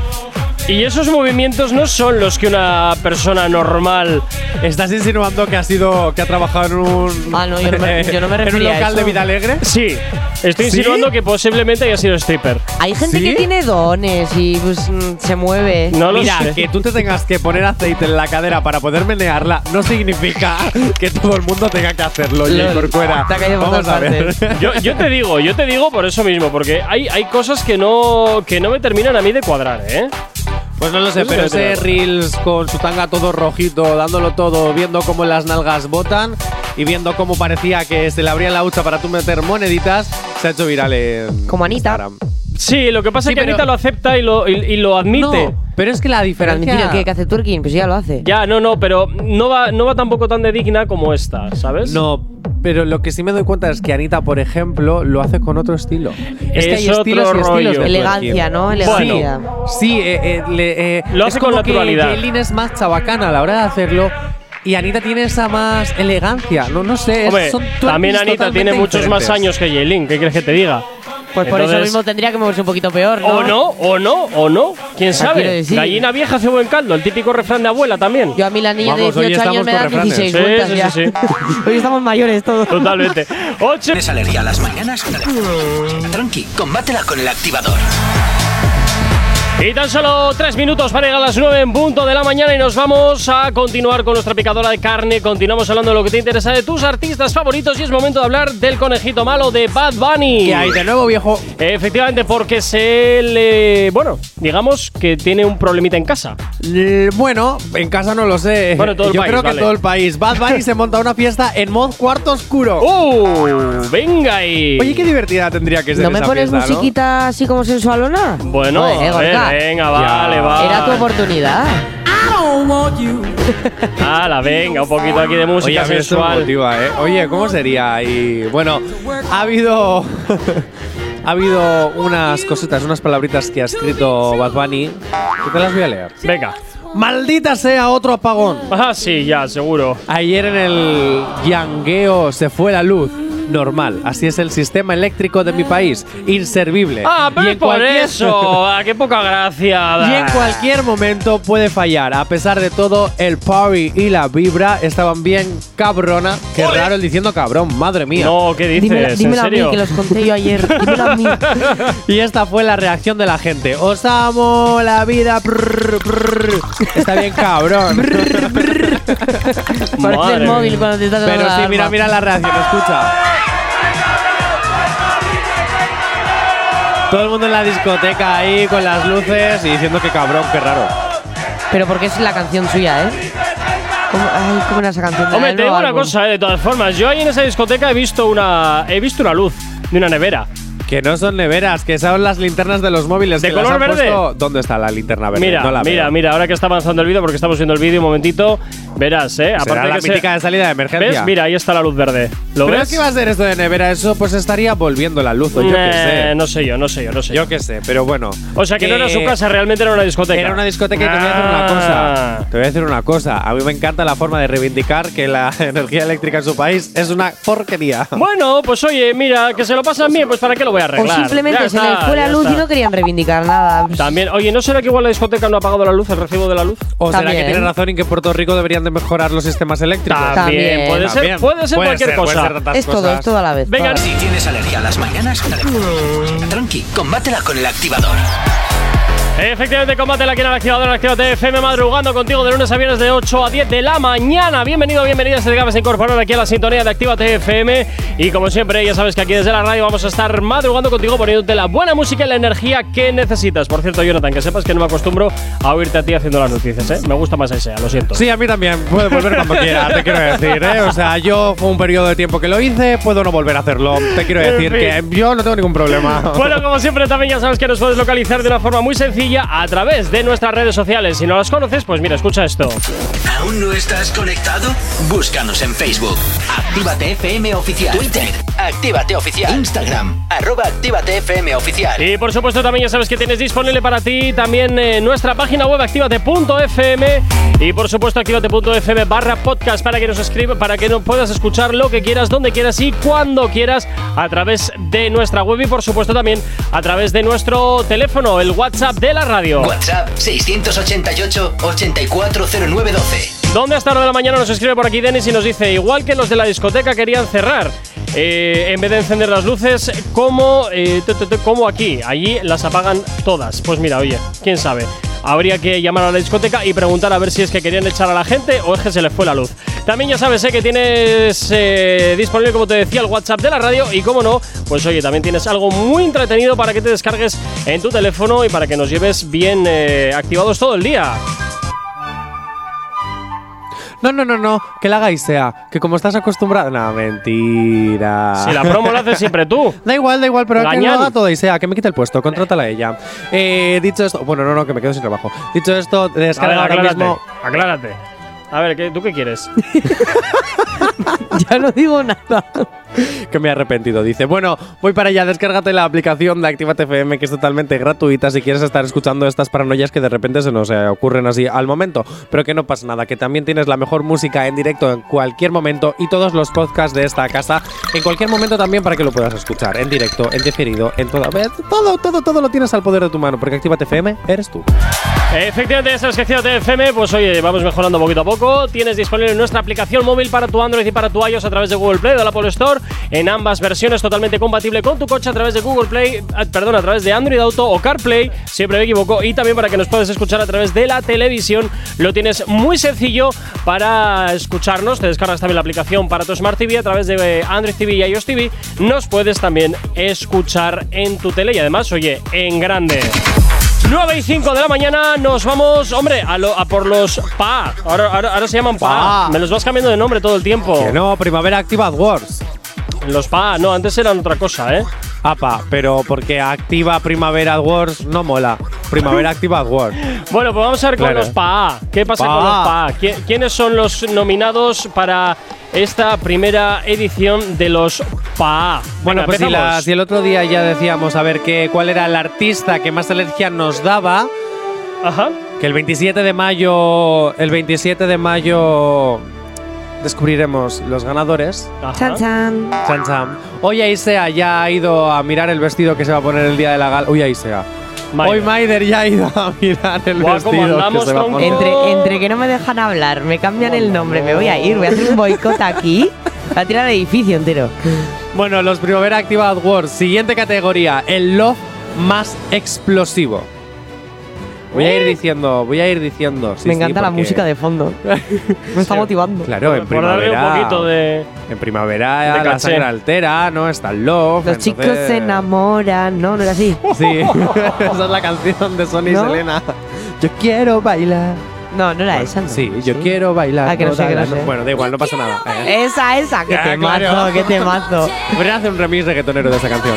[SPEAKER 1] y esos movimientos no son los que una persona normal.
[SPEAKER 2] ¿Estás insinuando que ha sido que ha trabajado en un
[SPEAKER 6] Ah, no, yo no me- yo no me
[SPEAKER 2] en un
[SPEAKER 6] refería a
[SPEAKER 2] local de
[SPEAKER 6] eso.
[SPEAKER 2] Vida Alegre?
[SPEAKER 1] Sí, estoy
[SPEAKER 2] ¿Sí?
[SPEAKER 1] insinuando que posiblemente haya sido stripper.
[SPEAKER 6] Hay gente
[SPEAKER 2] ¿Sí?
[SPEAKER 6] que tiene dones y pues, mm, se mueve.
[SPEAKER 1] No lo
[SPEAKER 2] Mira,
[SPEAKER 1] sé.
[SPEAKER 2] que tú te tengas que poner aceite en la cadera para poder menearla no significa que todo el mundo tenga que hacerlo, Jay
[SPEAKER 6] Lol,
[SPEAKER 2] Corcuera.
[SPEAKER 6] te ha caído por
[SPEAKER 2] Vamos a
[SPEAKER 6] todas
[SPEAKER 2] ver.
[SPEAKER 1] Yo, yo te digo, yo te digo por eso mismo, porque hay, hay cosas que no, que no me terminan a mí de cuadrar, ¿eh?
[SPEAKER 2] Pues no lo sé,
[SPEAKER 1] Eso
[SPEAKER 2] pero
[SPEAKER 1] sí que
[SPEAKER 2] ese
[SPEAKER 1] te
[SPEAKER 2] Reels con su tanga todo rojito, dándolo todo, viendo cómo las nalgas botan y viendo cómo parecía que se le abría la hucha para tú meter moneditas, se ha hecho viral en
[SPEAKER 6] Como Anita.
[SPEAKER 2] Instagram.
[SPEAKER 1] Sí, lo que pasa
[SPEAKER 2] Sí,
[SPEAKER 1] es que
[SPEAKER 2] pero-
[SPEAKER 1] Anita lo acepta y lo, y, y lo admite.
[SPEAKER 2] No, pero es que la
[SPEAKER 6] Pero
[SPEAKER 2] diferencia…
[SPEAKER 6] admitir que, que hace twerking, pues ya lo hace.
[SPEAKER 1] Ya, no, no, pero no va, no va tampoco tan de digna como esta, ¿sabes?
[SPEAKER 2] No, pero lo que sí me doy cuenta es que Anita, por ejemplo, lo hace con otro estilo. Es, que
[SPEAKER 1] Es otro rollo.
[SPEAKER 2] de
[SPEAKER 6] Elegancia,
[SPEAKER 2] twerking.
[SPEAKER 6] ¿no? Elegancia. Bueno.
[SPEAKER 2] Sí, eh, eh, le- eh,
[SPEAKER 1] Lo hace
[SPEAKER 2] es
[SPEAKER 1] con
[SPEAKER 2] como que
[SPEAKER 1] naturalidad.
[SPEAKER 2] Jaylin es más chabacana a la hora de hacerlo. Y Anita tiene esa más elegancia. No, no sé. es-
[SPEAKER 1] Hombre,
[SPEAKER 2] son
[SPEAKER 1] también
[SPEAKER 2] twerkings
[SPEAKER 1] Anita
[SPEAKER 2] totalmente
[SPEAKER 1] tiene muchos más
[SPEAKER 2] diferentes.
[SPEAKER 1] años que Jaylin, ¿qué crees que te diga?
[SPEAKER 4] Pues por eso
[SPEAKER 1] Entonces-
[SPEAKER 4] mismo tendría que moverse un poquito peor, ¿no?
[SPEAKER 1] O no, o no, o no. ¿Quién
[SPEAKER 4] sea, quiero
[SPEAKER 1] sabe?
[SPEAKER 4] decir-
[SPEAKER 1] Gallina vieja hace buen caldo, el típico refrán de abuela también.
[SPEAKER 4] Yo a mí la niña
[SPEAKER 2] Vamos, hoy
[SPEAKER 4] de 18
[SPEAKER 2] estamos
[SPEAKER 4] años me
[SPEAKER 2] con
[SPEAKER 4] da
[SPEAKER 2] refranes.
[SPEAKER 4] 16
[SPEAKER 1] Sí,
[SPEAKER 4] vueltas
[SPEAKER 1] sí,
[SPEAKER 4] ya.
[SPEAKER 1] sí,
[SPEAKER 4] Hoy estamos mayores todos.
[SPEAKER 1] Totalmente. Ocho.
[SPEAKER 5] ¿Tienes alergia a las mañanas? Tranqui, combátela con el activador.
[SPEAKER 1] Y tan solo tres minutos para llegar a las 9 en punto de la mañana y nos vamos a continuar con nuestra picadora de carne. Continuamos hablando de lo que te interesa de tus artistas favoritos y es momento de hablar del conejito malo de Bad Bunny.
[SPEAKER 2] ¿Qué hay de nuevo, viejo?
[SPEAKER 1] Efectivamente, porque se le. Bueno, digamos que tiene un problemita en casa.
[SPEAKER 2] L- Bueno, en casa no lo sé.
[SPEAKER 1] Bueno, todo el
[SPEAKER 2] Yo
[SPEAKER 1] país,
[SPEAKER 2] creo que
[SPEAKER 1] vale.
[SPEAKER 2] todo el país. Bad Bunny se monta una fiesta en mod cuarto oscuro.
[SPEAKER 1] ¡Uh! ¡Venga y.
[SPEAKER 2] Oye, qué divertida tendría que ser.
[SPEAKER 4] ¿No me
[SPEAKER 2] esa
[SPEAKER 4] pones
[SPEAKER 2] fiesta, ¿no?
[SPEAKER 4] musiquita así como sensualona?
[SPEAKER 1] Bueno,
[SPEAKER 4] Joder, eh,
[SPEAKER 1] a ver,
[SPEAKER 4] Gorka.
[SPEAKER 1] venga, vale, vale.
[SPEAKER 4] Era tu oportunidad.
[SPEAKER 1] Hala, venga, un poquito aquí de
[SPEAKER 2] Oye,
[SPEAKER 1] música
[SPEAKER 2] a mí esto me
[SPEAKER 1] sensual.
[SPEAKER 2] motiva, ¿eh? Oye, ¿cómo sería? Y bueno, ha habido. ha habido unas cositas, unas palabritas que ha escrito Bad Bunny. Que te las voy a leer.
[SPEAKER 1] Venga.
[SPEAKER 2] ¡Maldita sea otro apagón!
[SPEAKER 1] Ah, sí, ya, seguro.
[SPEAKER 2] Ayer en el yangueo se fue la luz. Normal, así es el sistema eléctrico de mi país. Inservible.
[SPEAKER 1] Ah, pero
[SPEAKER 2] Y
[SPEAKER 1] es
[SPEAKER 2] en
[SPEAKER 1] por
[SPEAKER 2] cualquier-
[SPEAKER 1] eso. Ah, qué poca gracia.
[SPEAKER 2] Y en cualquier momento puede fallar. A pesar de todo, el party y la vibra estaban bien cabrona. Qué raro el diciendo cabrón, madre mía.
[SPEAKER 1] No, ¿qué dices?
[SPEAKER 4] Dímelo, dímelo
[SPEAKER 1] ¿En
[SPEAKER 4] a mí,
[SPEAKER 1] serio?
[SPEAKER 4] que los conté yo ayer. Dímelo a mí.
[SPEAKER 2] Y esta fue la reacción de la gente. Os amo la vida. prrr, prrr. Está bien cabrón.
[SPEAKER 4] Parece
[SPEAKER 1] Madre
[SPEAKER 4] el móvil
[SPEAKER 1] mía.
[SPEAKER 4] cuando te está dando
[SPEAKER 2] Pero
[SPEAKER 4] la
[SPEAKER 2] sí, mira,
[SPEAKER 4] alarma.
[SPEAKER 2] mira la reacción, escucha. Todo el mundo en la discoteca ahí con las luces y diciendo que cabrón, qué raro.
[SPEAKER 4] Pero porque es la canción suya, ¿eh? ¿Cómo, ay, cómo era esa canción?
[SPEAKER 1] Hombre,
[SPEAKER 4] Del
[SPEAKER 1] te digo
[SPEAKER 4] nuevo
[SPEAKER 1] una
[SPEAKER 4] álbum.
[SPEAKER 1] cosa, eh, de todas formas. Yo ahí en esa discoteca he visto una, he visto una luz de una nevera.
[SPEAKER 2] Que no son neveras, que son las linternas de los móviles.
[SPEAKER 1] ¿De
[SPEAKER 2] que las
[SPEAKER 1] color
[SPEAKER 2] han
[SPEAKER 1] verde?
[SPEAKER 2] puesto- ¿Dónde está la linterna verde?
[SPEAKER 1] Mira,
[SPEAKER 2] No la
[SPEAKER 1] mira,
[SPEAKER 2] veo.
[SPEAKER 1] mira, ahora que está avanzando el vídeo, porque estamos viendo el vídeo un momentito, verás, ¿eh?
[SPEAKER 2] Será
[SPEAKER 1] de
[SPEAKER 2] la
[SPEAKER 1] que se-
[SPEAKER 2] mítica de salida de emergencia.
[SPEAKER 1] ¿Ves? Mira, ahí está la luz verde. ¿Lo
[SPEAKER 2] Pero
[SPEAKER 1] ves?
[SPEAKER 2] ¿qué va a ser esto de nevera? Eso pues estaría volviendo la luz, o yo qué
[SPEAKER 1] Eh,
[SPEAKER 2] sé.
[SPEAKER 1] No sé yo, no sé yo, no sé yo.
[SPEAKER 2] Yo qué sé, pero bueno.
[SPEAKER 1] O sea, que no era su casa, realmente era una discoteca.
[SPEAKER 2] Era una discoteca y te voy a decir una
[SPEAKER 1] Ah.
[SPEAKER 2] cosa. Te voy a decir una cosa. A mí me encanta la forma de reivindicar que la energía eléctrica en su país es una porquería.
[SPEAKER 1] Bueno, pues oye, mira, que se lo pasan bien, pues para qué lo voy a
[SPEAKER 4] O
[SPEAKER 1] arreglar.
[SPEAKER 4] simplemente
[SPEAKER 1] Ya
[SPEAKER 4] se les
[SPEAKER 1] está,
[SPEAKER 4] fue la
[SPEAKER 1] ya
[SPEAKER 4] luz y
[SPEAKER 1] está.
[SPEAKER 4] no querían reivindicar nada.
[SPEAKER 1] También, oye, ¿no será que igual la discoteca no ha apagado la luz, el recibo de la luz?
[SPEAKER 2] ¿O será
[SPEAKER 4] También.
[SPEAKER 2] que tiene razón en que en Puerto Rico deberían de mejorar los sistemas eléctricos?
[SPEAKER 1] También,
[SPEAKER 4] También.
[SPEAKER 1] Puede,
[SPEAKER 2] También.
[SPEAKER 1] Ser, puede ser cualquier
[SPEAKER 2] puede
[SPEAKER 1] cosa.
[SPEAKER 2] ser tantas
[SPEAKER 4] Es todo,
[SPEAKER 2] cosas.
[SPEAKER 4] es todo a la vez.
[SPEAKER 1] Venga,
[SPEAKER 4] todo a la
[SPEAKER 5] Si tienes alergia a las mañanas, tranqui, combátela con el activador.
[SPEAKER 1] Efectivamente, combátela aquí en el activador, en Actívate FM, madrugando contigo de lunes a viernes de 8 a 10 de la mañana. Bienvenido, bienvenida, si te acabas de incorporar aquí a la sintonía de Actívate FM. Y como siempre, ya sabes que aquí desde la radio vamos a estar madrugando contigo poniéndote la buena música y la energía que necesitas. Por cierto, Jonathan, que sepas que no me acostumbro a oírte a ti haciendo las noticias, ¿eh? Me gusta más ese, lo siento.
[SPEAKER 2] Sí, a mí también. Puedo volver cuando quiera, te quiero decir. ¿eh? O sea, yo fue un periodo de tiempo que lo hice, puedo no volver a hacerlo. Te quiero
[SPEAKER 1] En
[SPEAKER 2] decir
[SPEAKER 1] fin. Pues-
[SPEAKER 2] que yo no tengo ningún problema.
[SPEAKER 1] Bueno, como siempre, también ya sabes que nos puedes localizar de una forma muy sencilla a través de nuestras redes sociales. Si no las conoces, pues mira, escucha esto.
[SPEAKER 5] ¿Aún no estás conectado? Búscanos en Facebook. Actívate FM Oficial. Twitter. Actívate Oficial. Instagram. Arroba Actívate FM Oficial.
[SPEAKER 1] Y por supuesto también ya sabes que tienes disponible para ti también eh, nuestra página web activate.fm y por supuesto activate.fm barra podcast para que nos escriba, para que nos puedas escuchar lo que quieras, donde quieras y cuando quieras a través de nuestra web y por supuesto también a través de nuestro teléfono, el WhatsApp de la radio.
[SPEAKER 5] WhatsApp 688-840912.
[SPEAKER 1] ¿Dónde hasta hora de la mañana nos escribe por aquí Denis y nos dice, igual que los de la discoteca querían cerrar, eh, en vez de encender las luces, como, eh, tu, tu, tu, como aquí, allí las apagan todas. Pues mira, oye, quién sabe. Habría que llamar a la discoteca y preguntar a ver si es que querían echar a la gente o es que se les fue la luz. También ya sabes ¿eh? que tienes eh, disponible, como te decía, el WhatsApp de la radio y como no, pues oye, también tienes algo muy entretenido para que te descargues en tu teléfono y para que nos lleves bien eh, activados todo el día.
[SPEAKER 2] No, no, no, no. Que la hagáis sea. Que como estás acostumbrada. No, mentira.
[SPEAKER 1] Si la promo la haces siempre tú.
[SPEAKER 2] Da igual, da igual, pero que lo
[SPEAKER 1] Gañán.
[SPEAKER 2] haga todo y sea, que me quite el puesto, contrátala a ella. Eh, dicho esto, bueno, no, no, que me quedo sin trabajo. Dicho esto,
[SPEAKER 1] A ver,
[SPEAKER 2] descarga ahora
[SPEAKER 1] aclárate,
[SPEAKER 2] mismo.
[SPEAKER 1] aclárate. A ver, ¿qué- ¿tú qué quieres?
[SPEAKER 4] Ya no digo nada.
[SPEAKER 2] que me he arrepentido. Dice, bueno, voy para allá, descárgate la aplicación de Actívate FM, que es totalmente gratuita si quieres estar escuchando estas paranoias que de repente se nos eh, ocurren así al momento. Pero que no pasa nada, que también tienes la mejor música en directo en cualquier momento y todos los podcasts de esta casa en cualquier momento también para que lo puedas escuchar en directo, en diferido, en toda vez. Todo, todo, todo lo tienes al poder de tu mano, porque Actívate FM eres tú.
[SPEAKER 1] Efectivamente, esa sección de FM, pues oye, vamos mejorando poquito a poco. Tienes disponible nuestra aplicación móvil para tu Android y para tu iOS a través de Google Play o de la Apple Store. En ambas versiones totalmente compatible con tu coche a través de Google Play, ah, perdón, a través de Android Auto o CarPlay, siempre me equivoco. Y también para que nos puedas escuchar a través de la televisión. Lo tienes muy sencillo para escucharnos. Te descargas también la aplicación para tu Smart TV a través de eh, Android TV y iOS TV. Nos puedes también escuchar en tu tele y además, oye, en grande. 9 y 5 de la mañana nos vamos, hombre, a, lo- a por los PA. Ahora, ahora- ahora se llaman PA.
[SPEAKER 2] Pa.
[SPEAKER 1] Me los vas cambiando de nombre todo el tiempo.
[SPEAKER 2] Que no, Primavera Activa Wars.
[SPEAKER 1] Los PA, no, antes eran otra cosa, ¿eh?
[SPEAKER 2] Apa, pero porque activa Primavera Wars no mola. Primavera Activa Wars.
[SPEAKER 1] Bueno, pues vamos a ver con
[SPEAKER 2] Claro.
[SPEAKER 1] los PA. ¿Qué pasa
[SPEAKER 2] Pa.
[SPEAKER 1] con los PA? ¿Qui- ¿Quiénes son los nominados para esta primera edición de los PA?
[SPEAKER 2] Bueno,
[SPEAKER 1] Venga,
[SPEAKER 2] pues si,
[SPEAKER 1] empezamos.
[SPEAKER 2] la- si el otro día ya decíamos a ver que, cuál era el artista que más alergia nos daba,
[SPEAKER 1] Ajá.
[SPEAKER 2] que el 27 de mayo, el 27 de mayo descubriremos los ganadores.
[SPEAKER 1] ajá.
[SPEAKER 4] Chan, chan.
[SPEAKER 2] Chan chan. Hoy Aisea ya ha ido a mirar el vestido que se va a poner el día de la gala. Uy, Aisea.
[SPEAKER 1] Maider.
[SPEAKER 2] Hoy Maider ya ha ido a mirar el
[SPEAKER 1] Guau, cómo
[SPEAKER 2] vestido
[SPEAKER 1] andamos,
[SPEAKER 2] que se va a
[SPEAKER 1] tronco.
[SPEAKER 2] poner.
[SPEAKER 1] Oh.
[SPEAKER 6] Entre, entre que no me dejan hablar, me cambian el nombre, me voy a ir, voy a hacer un boicot aquí. Va a tirar el edificio entero.
[SPEAKER 2] Bueno, los Primavera Activa Awards. Siguiente categoría, el love más explosivo. Voy a ir diciendo, voy a ir diciendo. sí,
[SPEAKER 6] ¿Eh? me
[SPEAKER 2] sí,
[SPEAKER 6] encanta la
[SPEAKER 2] porque-
[SPEAKER 6] música de fondo. Me está motivando.
[SPEAKER 2] Claro, en
[SPEAKER 1] Por darle
[SPEAKER 2] primavera.
[SPEAKER 1] un poquito de.
[SPEAKER 2] En primavera
[SPEAKER 1] de
[SPEAKER 2] la
[SPEAKER 1] caché.
[SPEAKER 2] sangre altera, ¿no? Está el love.
[SPEAKER 6] Los chicos
[SPEAKER 2] entonces-
[SPEAKER 6] se enamoran, ¿no? No era así.
[SPEAKER 2] Sí, esa es la canción de Sony
[SPEAKER 6] ¿No?
[SPEAKER 2] y Selena. Yo quiero bailar.
[SPEAKER 6] No, no era Ah, esa. ¿no?
[SPEAKER 2] Sí, yo quiero bailar.
[SPEAKER 6] Ah, que no sé, que no
[SPEAKER 2] Dala,
[SPEAKER 6] sé.
[SPEAKER 2] Bueno, da igual, no pasa nada. ¿eh?
[SPEAKER 6] Esa, esa, que
[SPEAKER 2] Ya,
[SPEAKER 6] te
[SPEAKER 2] claro.
[SPEAKER 6] mazo, que te mazo.
[SPEAKER 2] Deberían hacer un remix reggaetonero de esa canción.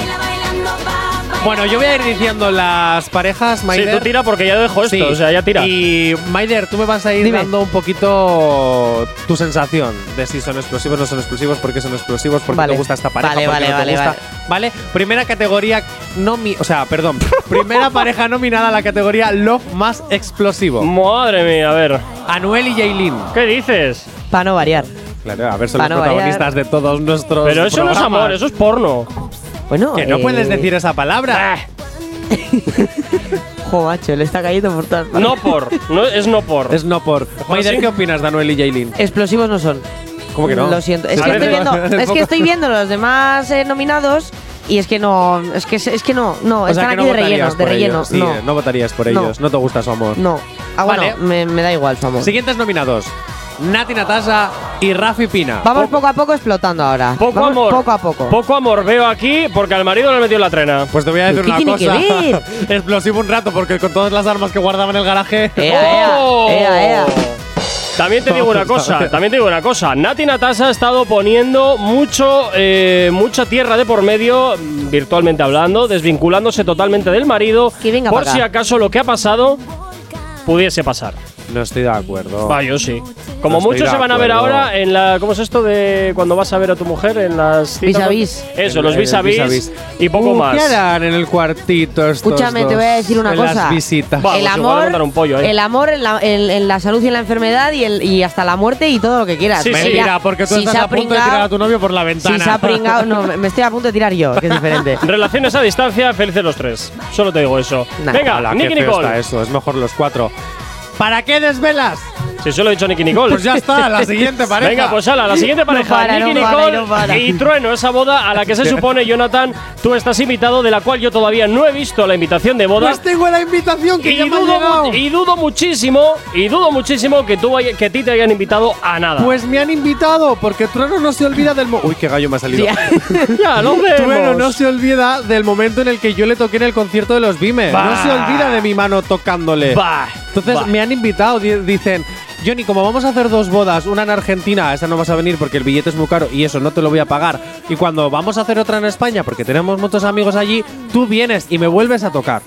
[SPEAKER 2] Bueno, yo voy a ir diciendo las parejas,
[SPEAKER 1] Sí,
[SPEAKER 2] Maider.
[SPEAKER 1] tú tira porque ya dejo esto,
[SPEAKER 2] Sí.
[SPEAKER 1] o sea, ya tira.
[SPEAKER 2] Y Maider, tú me vas a ir
[SPEAKER 6] Dime.
[SPEAKER 2] dando un poquito tu sensación de si son explosivos, no son explosivos, por qué son explosivos, por qué
[SPEAKER 6] Vale.
[SPEAKER 2] te gusta esta pareja,
[SPEAKER 6] Vale,
[SPEAKER 2] por qué no
[SPEAKER 6] vale,
[SPEAKER 2] te
[SPEAKER 6] vale,
[SPEAKER 2] gusta. Vale.
[SPEAKER 6] vale.
[SPEAKER 2] primera categoría nomi, o sea, perdón, primera pareja nominada a la categoría Love más
[SPEAKER 6] Mm.
[SPEAKER 2] explosivo.
[SPEAKER 1] Madre mía, a ver.
[SPEAKER 2] Anuel y Jailin.
[SPEAKER 1] ¿Qué dices?
[SPEAKER 6] Para no variar.
[SPEAKER 2] Claro, a ver, son
[SPEAKER 6] Pa'
[SPEAKER 2] los
[SPEAKER 6] no
[SPEAKER 2] protagonistas de todos nuestros
[SPEAKER 1] Pero eso no es
[SPEAKER 2] programas.
[SPEAKER 1] amor, eso es porno.
[SPEAKER 6] Bueno.
[SPEAKER 2] Que no
[SPEAKER 6] eh, Ah.
[SPEAKER 2] puedes decir esa palabra.
[SPEAKER 6] Jo, macho, le está cayendo por todas partes.
[SPEAKER 1] No por, no, es no por.
[SPEAKER 2] Es no por.
[SPEAKER 6] Pues
[SPEAKER 2] Maider,
[SPEAKER 1] sí?
[SPEAKER 2] ¿qué opinas de Anuel y Jailin?
[SPEAKER 6] Explosivos no son.
[SPEAKER 2] ¿Cómo que no?
[SPEAKER 6] Lo siento. Es
[SPEAKER 1] A
[SPEAKER 6] que,
[SPEAKER 1] ver,
[SPEAKER 6] estoy
[SPEAKER 1] no,
[SPEAKER 6] viendo, es que estoy viendo los demás eh, nominados y es que no. Es que, es que no. No,
[SPEAKER 2] O sea,
[SPEAKER 6] están
[SPEAKER 2] que
[SPEAKER 6] aquí
[SPEAKER 2] no
[SPEAKER 6] de rellenos,
[SPEAKER 2] votarías
[SPEAKER 6] de
[SPEAKER 2] por
[SPEAKER 6] rellenos.
[SPEAKER 2] ellos. Sí,
[SPEAKER 6] no.
[SPEAKER 2] eh, no votarías por
[SPEAKER 6] No.
[SPEAKER 2] ellos. No te gusta su amor.
[SPEAKER 6] No. Ah, bueno,
[SPEAKER 2] Vale.
[SPEAKER 6] me, me da igual, famoso.
[SPEAKER 2] Siguientes nominados: Nati Natasha y Rafi Pina.
[SPEAKER 6] Vamos poco a poco explotando ahora.
[SPEAKER 1] Poco
[SPEAKER 6] Vamos
[SPEAKER 1] amor.
[SPEAKER 6] Poco a poco.
[SPEAKER 1] Poco amor veo aquí porque al marido le han metido la trena.
[SPEAKER 2] Pues te voy a decir
[SPEAKER 6] ¿Qué
[SPEAKER 2] una
[SPEAKER 6] tiene que
[SPEAKER 2] cosa.
[SPEAKER 6] ver? Eh.
[SPEAKER 2] Explosivo un rato, porque con todas las armas que guardaba en el garaje.
[SPEAKER 6] Ea,
[SPEAKER 1] ¡Oh!
[SPEAKER 6] ea, ea, ea.
[SPEAKER 1] También te digo una cosa, también te digo una cosa. Nati Natasha ha estado poniendo mucho, eh, mucha tierra de por medio, mm, virtualmente hablando, desvinculándose totalmente del marido,
[SPEAKER 6] Que venga
[SPEAKER 1] por
[SPEAKER 6] pa'
[SPEAKER 1] si
[SPEAKER 6] acá.
[SPEAKER 1] acaso lo que ha pasado pudiese pasar.
[SPEAKER 2] No estoy de acuerdo.
[SPEAKER 1] Va, yo sí. Como
[SPEAKER 2] No estoy
[SPEAKER 1] muchos
[SPEAKER 2] de
[SPEAKER 1] se van a ver
[SPEAKER 2] acuerdo.
[SPEAKER 1] ahora en la. ¿Cómo es esto de cuando vas a ver a tu mujer? En las. citas?
[SPEAKER 6] Vis a vis.
[SPEAKER 1] Eso,
[SPEAKER 2] En-
[SPEAKER 1] los
[SPEAKER 2] en el
[SPEAKER 1] vis a vis,
[SPEAKER 2] vis
[SPEAKER 1] y poco
[SPEAKER 2] Uh, ¿Qué
[SPEAKER 1] más.
[SPEAKER 2] harán en el cuartito estos
[SPEAKER 6] Escúchame, te
[SPEAKER 2] dos?
[SPEAKER 6] voy a decir una
[SPEAKER 2] En
[SPEAKER 6] cosa.
[SPEAKER 2] Las visitas.
[SPEAKER 1] Va. Vamos,
[SPEAKER 6] el
[SPEAKER 1] igual le
[SPEAKER 6] amor,
[SPEAKER 1] montan un pollo, ¿eh?
[SPEAKER 6] el amor en la, en- en la salud y en la enfermedad y, el- y hasta la muerte y todo lo que quieras.
[SPEAKER 1] Sí, sí.
[SPEAKER 6] Ella-
[SPEAKER 2] Mentira, porque tú
[SPEAKER 6] si se
[SPEAKER 2] estás
[SPEAKER 6] ha
[SPEAKER 2] a punto de
[SPEAKER 6] pringao-
[SPEAKER 2] tirar a tu novio por la
[SPEAKER 6] Si
[SPEAKER 2] ventana.
[SPEAKER 6] se ha pringado, no, me me estoy a punto de tirar yo, que es diferente.
[SPEAKER 1] Relaciones a distancia, felices los tres. Solo te digo eso.
[SPEAKER 6] Nah.
[SPEAKER 1] Venga,
[SPEAKER 2] Hola, qué
[SPEAKER 1] Nicky
[SPEAKER 2] feo
[SPEAKER 1] Nicole.
[SPEAKER 2] está eso. Es mejor los cuatro. ¿Para qué desvelas?
[SPEAKER 1] Si solo he dicho Nicky Nicole.
[SPEAKER 2] Pues ya está, la siguiente pareja.
[SPEAKER 1] Venga, pues ala, la siguiente pareja,
[SPEAKER 6] para,
[SPEAKER 1] Nicky
[SPEAKER 6] no para,
[SPEAKER 1] Nicole
[SPEAKER 6] no para.
[SPEAKER 1] y Trueno, esa boda a la que se supone, Jonathan, tú estás invitado, de la cual yo todavía no he visto la invitación de boda.
[SPEAKER 2] Pues tengo la invitación que
[SPEAKER 1] Y
[SPEAKER 2] ya me ha
[SPEAKER 1] dudo,
[SPEAKER 2] llegado.
[SPEAKER 1] mu- y dudo muchísimo, y dudo muchísimo que, tú vaya- que a ti te hayan invitado a nada.
[SPEAKER 2] Pues me han invitado porque Trueno no se olvida del mo- Uy, qué gallo me ha salido.
[SPEAKER 1] ya lo vemos.
[SPEAKER 2] Trueno no se olvida del momento en el que yo le toqué en el concierto de los Bimes.
[SPEAKER 1] Bah.
[SPEAKER 2] No se olvida de mi mano tocándole.
[SPEAKER 1] Bah,
[SPEAKER 2] Entonces
[SPEAKER 1] bah.
[SPEAKER 2] me han invitado, di- dicen, Johnny, como vamos a hacer dos bodas, una en Argentina, esta no vas a venir porque el billete es muy caro y eso no te lo voy a pagar. Y cuando vamos a hacer otra en España, porque tenemos muchos amigos allí, tú vienes y me vuelves a tocar.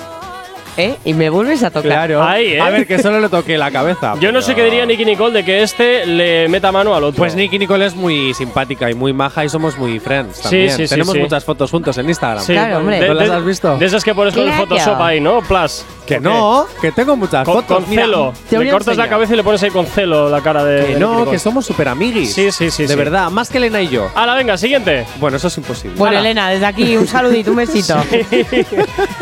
[SPEAKER 6] ¿eh? Y me vuelves a tocar.
[SPEAKER 2] Claro.
[SPEAKER 1] Ahí, ¿eh?
[SPEAKER 2] A ver, que solo le toqué la cabeza.
[SPEAKER 1] Yo no sé qué diría Nicky Nicole de que este le meta mano al otro.
[SPEAKER 2] Pues Nicky Nicole es muy simpática y muy maja y somos muy friends también.
[SPEAKER 1] sí, sí,
[SPEAKER 2] Tenemos
[SPEAKER 1] sí.
[SPEAKER 2] muchas fotos juntos en Instagram.
[SPEAKER 1] Sí, Pues
[SPEAKER 6] Claro, hombre.
[SPEAKER 2] ¿No las has visto?
[SPEAKER 1] De esas que pones con el
[SPEAKER 6] Claro.
[SPEAKER 1] Photoshop ahí, ¿no? Plus.
[SPEAKER 2] Que
[SPEAKER 1] Ok.
[SPEAKER 2] no, que tengo muchas
[SPEAKER 1] Con,
[SPEAKER 2] fotos.
[SPEAKER 1] con
[SPEAKER 2] Mira,
[SPEAKER 1] celo.
[SPEAKER 2] te voy
[SPEAKER 1] Le
[SPEAKER 2] a
[SPEAKER 1] cortas la
[SPEAKER 2] enseñar.
[SPEAKER 1] cabeza y le pones ahí con celo la cara de.
[SPEAKER 2] Que
[SPEAKER 1] de Nicky
[SPEAKER 2] no,
[SPEAKER 1] Nicole.
[SPEAKER 2] que somos super amiguis.
[SPEAKER 1] Sí, sí, sí,
[SPEAKER 2] De
[SPEAKER 1] sí.
[SPEAKER 2] verdad, más que Elena y yo.
[SPEAKER 1] Ala, venga, siguiente.
[SPEAKER 2] Bueno, eso es imposible.
[SPEAKER 6] Bueno,
[SPEAKER 2] Ala.
[SPEAKER 6] Elena, desde aquí un saludito, un besito.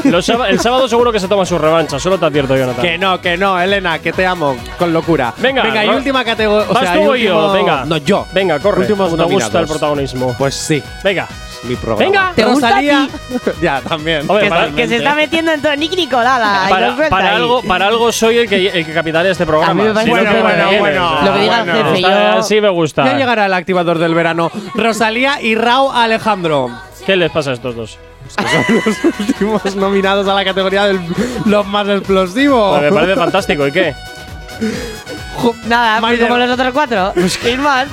[SPEAKER 1] Los sába- el sábado seguro que se toma su revancha, solo te advierto, Jonathan.
[SPEAKER 2] Que no, que no, Elena, que te amo con locura.
[SPEAKER 1] Venga,
[SPEAKER 2] venga, y
[SPEAKER 1] va-
[SPEAKER 2] última categoría.
[SPEAKER 1] Vas tú o yo, venga.
[SPEAKER 2] No, yo.
[SPEAKER 1] Venga, corre.
[SPEAKER 2] Últimos
[SPEAKER 1] Como te gusta
[SPEAKER 2] nominados.
[SPEAKER 1] el protagonismo.
[SPEAKER 2] Pues sí,
[SPEAKER 1] Venga.
[SPEAKER 2] mi programa.
[SPEAKER 1] Venga.
[SPEAKER 6] ¿Te gusta a
[SPEAKER 2] Rosalía. ya, también.
[SPEAKER 1] Hombre,
[SPEAKER 6] que,
[SPEAKER 1] para-
[SPEAKER 6] se- que se está metiendo en todo Nick Nicolada. y lo
[SPEAKER 1] Para,
[SPEAKER 6] suelta
[SPEAKER 1] para
[SPEAKER 6] ahí.
[SPEAKER 1] algo, para algo soy el que, el que capitalea este
[SPEAKER 6] A mí
[SPEAKER 1] programa.
[SPEAKER 6] me parece
[SPEAKER 1] Si no,
[SPEAKER 6] Bueno,
[SPEAKER 1] ¿qué
[SPEAKER 6] bueno,
[SPEAKER 1] me vienes?
[SPEAKER 6] bueno. Lo que diga el
[SPEAKER 1] Bueno,
[SPEAKER 6] jefe,
[SPEAKER 1] está-
[SPEAKER 6] yo-
[SPEAKER 1] Sí me gusta.
[SPEAKER 2] Ya llegará el activador del verano. Rosalía y Rao Alejandro.
[SPEAKER 1] ¿Qué les pasa a estos dos?
[SPEAKER 2] Los últimos nominados a la categoría de los más explosivos.
[SPEAKER 1] Pues me parece fantástico. ¿Y qué?
[SPEAKER 2] Jo-
[SPEAKER 6] Nada, pues
[SPEAKER 2] Maite-
[SPEAKER 6] como los otros cuatro. Sin más.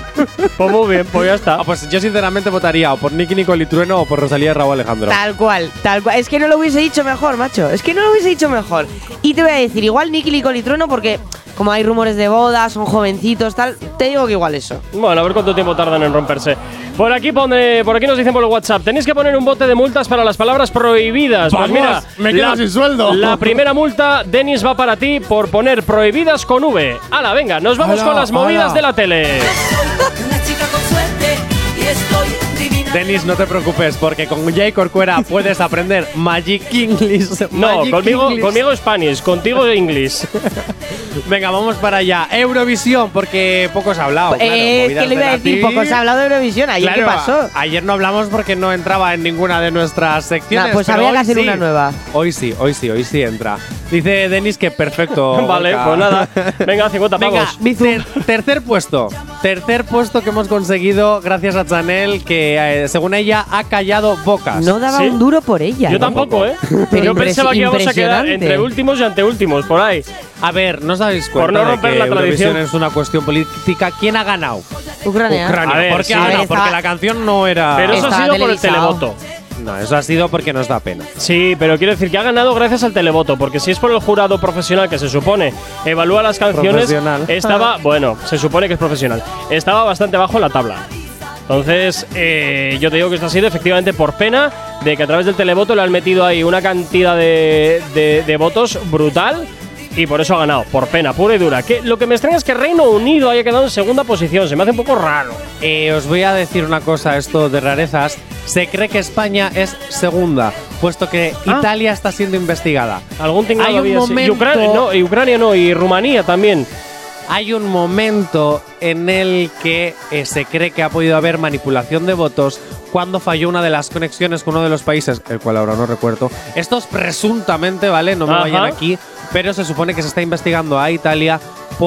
[SPEAKER 1] Pues muy bien, pues ya está.
[SPEAKER 2] Ah, pues yo sinceramente votaría o por Nicky Nicole y Trueno o por Rosalía y Raúl Alejandro.
[SPEAKER 6] Tal cual, tal cual. Es que no lo hubiese dicho mejor, macho. Es que no lo hubiese dicho mejor. Y te voy a decir, igual Nicky Nicole y Trueno, porque como hay rumores de bodas, son jovencitos, tal, te digo que igual eso.
[SPEAKER 1] Bueno, a ver cuánto tiempo tardan en romperse. Por aquí pone, por aquí nos dicen por el WhatsApp, tenéis que poner un bote de multas para las palabras prohibidas.
[SPEAKER 2] Vamos,
[SPEAKER 1] pues mira,
[SPEAKER 2] me quedo
[SPEAKER 1] la-
[SPEAKER 2] sin sueldo.
[SPEAKER 1] La primera multa, Denis, va para ti por poner prohibidas con V. Ala, venga, nos vamos
[SPEAKER 2] Ala,
[SPEAKER 1] con las movidas
[SPEAKER 2] ala.
[SPEAKER 1] de la tele.
[SPEAKER 2] Denis, no te preocupes, porque con Jay Corcuera puedes aprender Magic English.
[SPEAKER 1] No,
[SPEAKER 2] Magic
[SPEAKER 1] conmigo,
[SPEAKER 2] English.
[SPEAKER 1] conmigo Spanish, contigo English.
[SPEAKER 2] Venga, vamos para allá. Eurovisión, porque poco se ha hablado. claro,
[SPEAKER 6] Eh, es
[SPEAKER 2] movidas
[SPEAKER 6] que le iba
[SPEAKER 2] de
[SPEAKER 6] a
[SPEAKER 2] la
[SPEAKER 6] decir,
[SPEAKER 2] TV.
[SPEAKER 6] poco se ha hablado de Eurovisión. ¿Ayer
[SPEAKER 2] Claro,
[SPEAKER 6] qué pasó?
[SPEAKER 2] a- Ayer no hablamos porque no entraba en ninguna de nuestras secciones.
[SPEAKER 6] Nah, pues
[SPEAKER 2] pero
[SPEAKER 6] habría que
[SPEAKER 2] hoy
[SPEAKER 6] hacer
[SPEAKER 2] sí.
[SPEAKER 6] una nueva.
[SPEAKER 2] Hoy sí, hoy sí, hoy sí entra. Dice Denis que perfecto.
[SPEAKER 1] vale,
[SPEAKER 2] Gorka.
[SPEAKER 1] pues nada. Venga, 50 pavos.
[SPEAKER 2] Venga, ter- tercer puesto. Tercer puesto que hemos conseguido gracias a Chanel, que eh, según ella ha callado bocas.
[SPEAKER 6] No daba
[SPEAKER 1] ¿sí?
[SPEAKER 6] un duro por ella.
[SPEAKER 1] Yo tampoco, ¿eh?
[SPEAKER 6] pues, Pero
[SPEAKER 1] Yo pensaba que íbamos a quedar
[SPEAKER 6] impresionante.
[SPEAKER 1] entre últimos y anteúltimos, por ahí.
[SPEAKER 2] A ver, ¿no os dais
[SPEAKER 1] Por
[SPEAKER 2] cuenta
[SPEAKER 1] no
[SPEAKER 2] de
[SPEAKER 1] romper
[SPEAKER 2] que
[SPEAKER 1] la tradición.
[SPEAKER 2] Eurovisión es una cuestión política? ¿Quién ha ganado?
[SPEAKER 6] Ucrania.
[SPEAKER 1] A ver,
[SPEAKER 2] ¿Por qué
[SPEAKER 1] sí.
[SPEAKER 2] ha ganado?
[SPEAKER 6] Estaba-
[SPEAKER 2] Porque la canción no era…
[SPEAKER 6] Ah,
[SPEAKER 1] Pero eso ha
[SPEAKER 6] Estaba
[SPEAKER 1] sido por el
[SPEAKER 6] televisado.
[SPEAKER 1] televoto.
[SPEAKER 2] No, eso ha sido porque nos da pena.
[SPEAKER 1] Sí, pero quiero decir que ha ganado gracias al televoto, porque si es por el jurado profesional que se supone evalúa las canciones,
[SPEAKER 2] Profesional. Ah.
[SPEAKER 1] estaba, bueno, se supone que es profesional, estaba bastante bajo en la tabla. Entonces, eh, yo te digo que está ha sido efectivamente por pena de que a través del televoto le han metido ahí una cantidad de, de- de votos brutal y por eso ha ganado, por pena, pura y dura. Que, lo que me extraña es que Reino Unido haya quedado en segunda posición, se me hace un poco raro.
[SPEAKER 2] Eh, os voy a decir una cosa, esto de rarezas. Se cree que España es segunda, puesto que
[SPEAKER 1] Ah.
[SPEAKER 2] Italia está siendo investigada.
[SPEAKER 1] Algún tinglado
[SPEAKER 2] Hay un
[SPEAKER 1] había, sí. Y
[SPEAKER 2] momento-
[SPEAKER 1] Ucrania, no, y Ucrania no, y Rumanía también.
[SPEAKER 2] Hay un momento en el que eh, se cree que ha podido haber manipulación de votos cuando falló una de las conexiones con uno de los países, el cual ahora no recuerdo. Estos presuntamente, ¿vale? No me
[SPEAKER 1] Ajá.
[SPEAKER 2] vayan aquí, pero se supone que se está investigando a Italia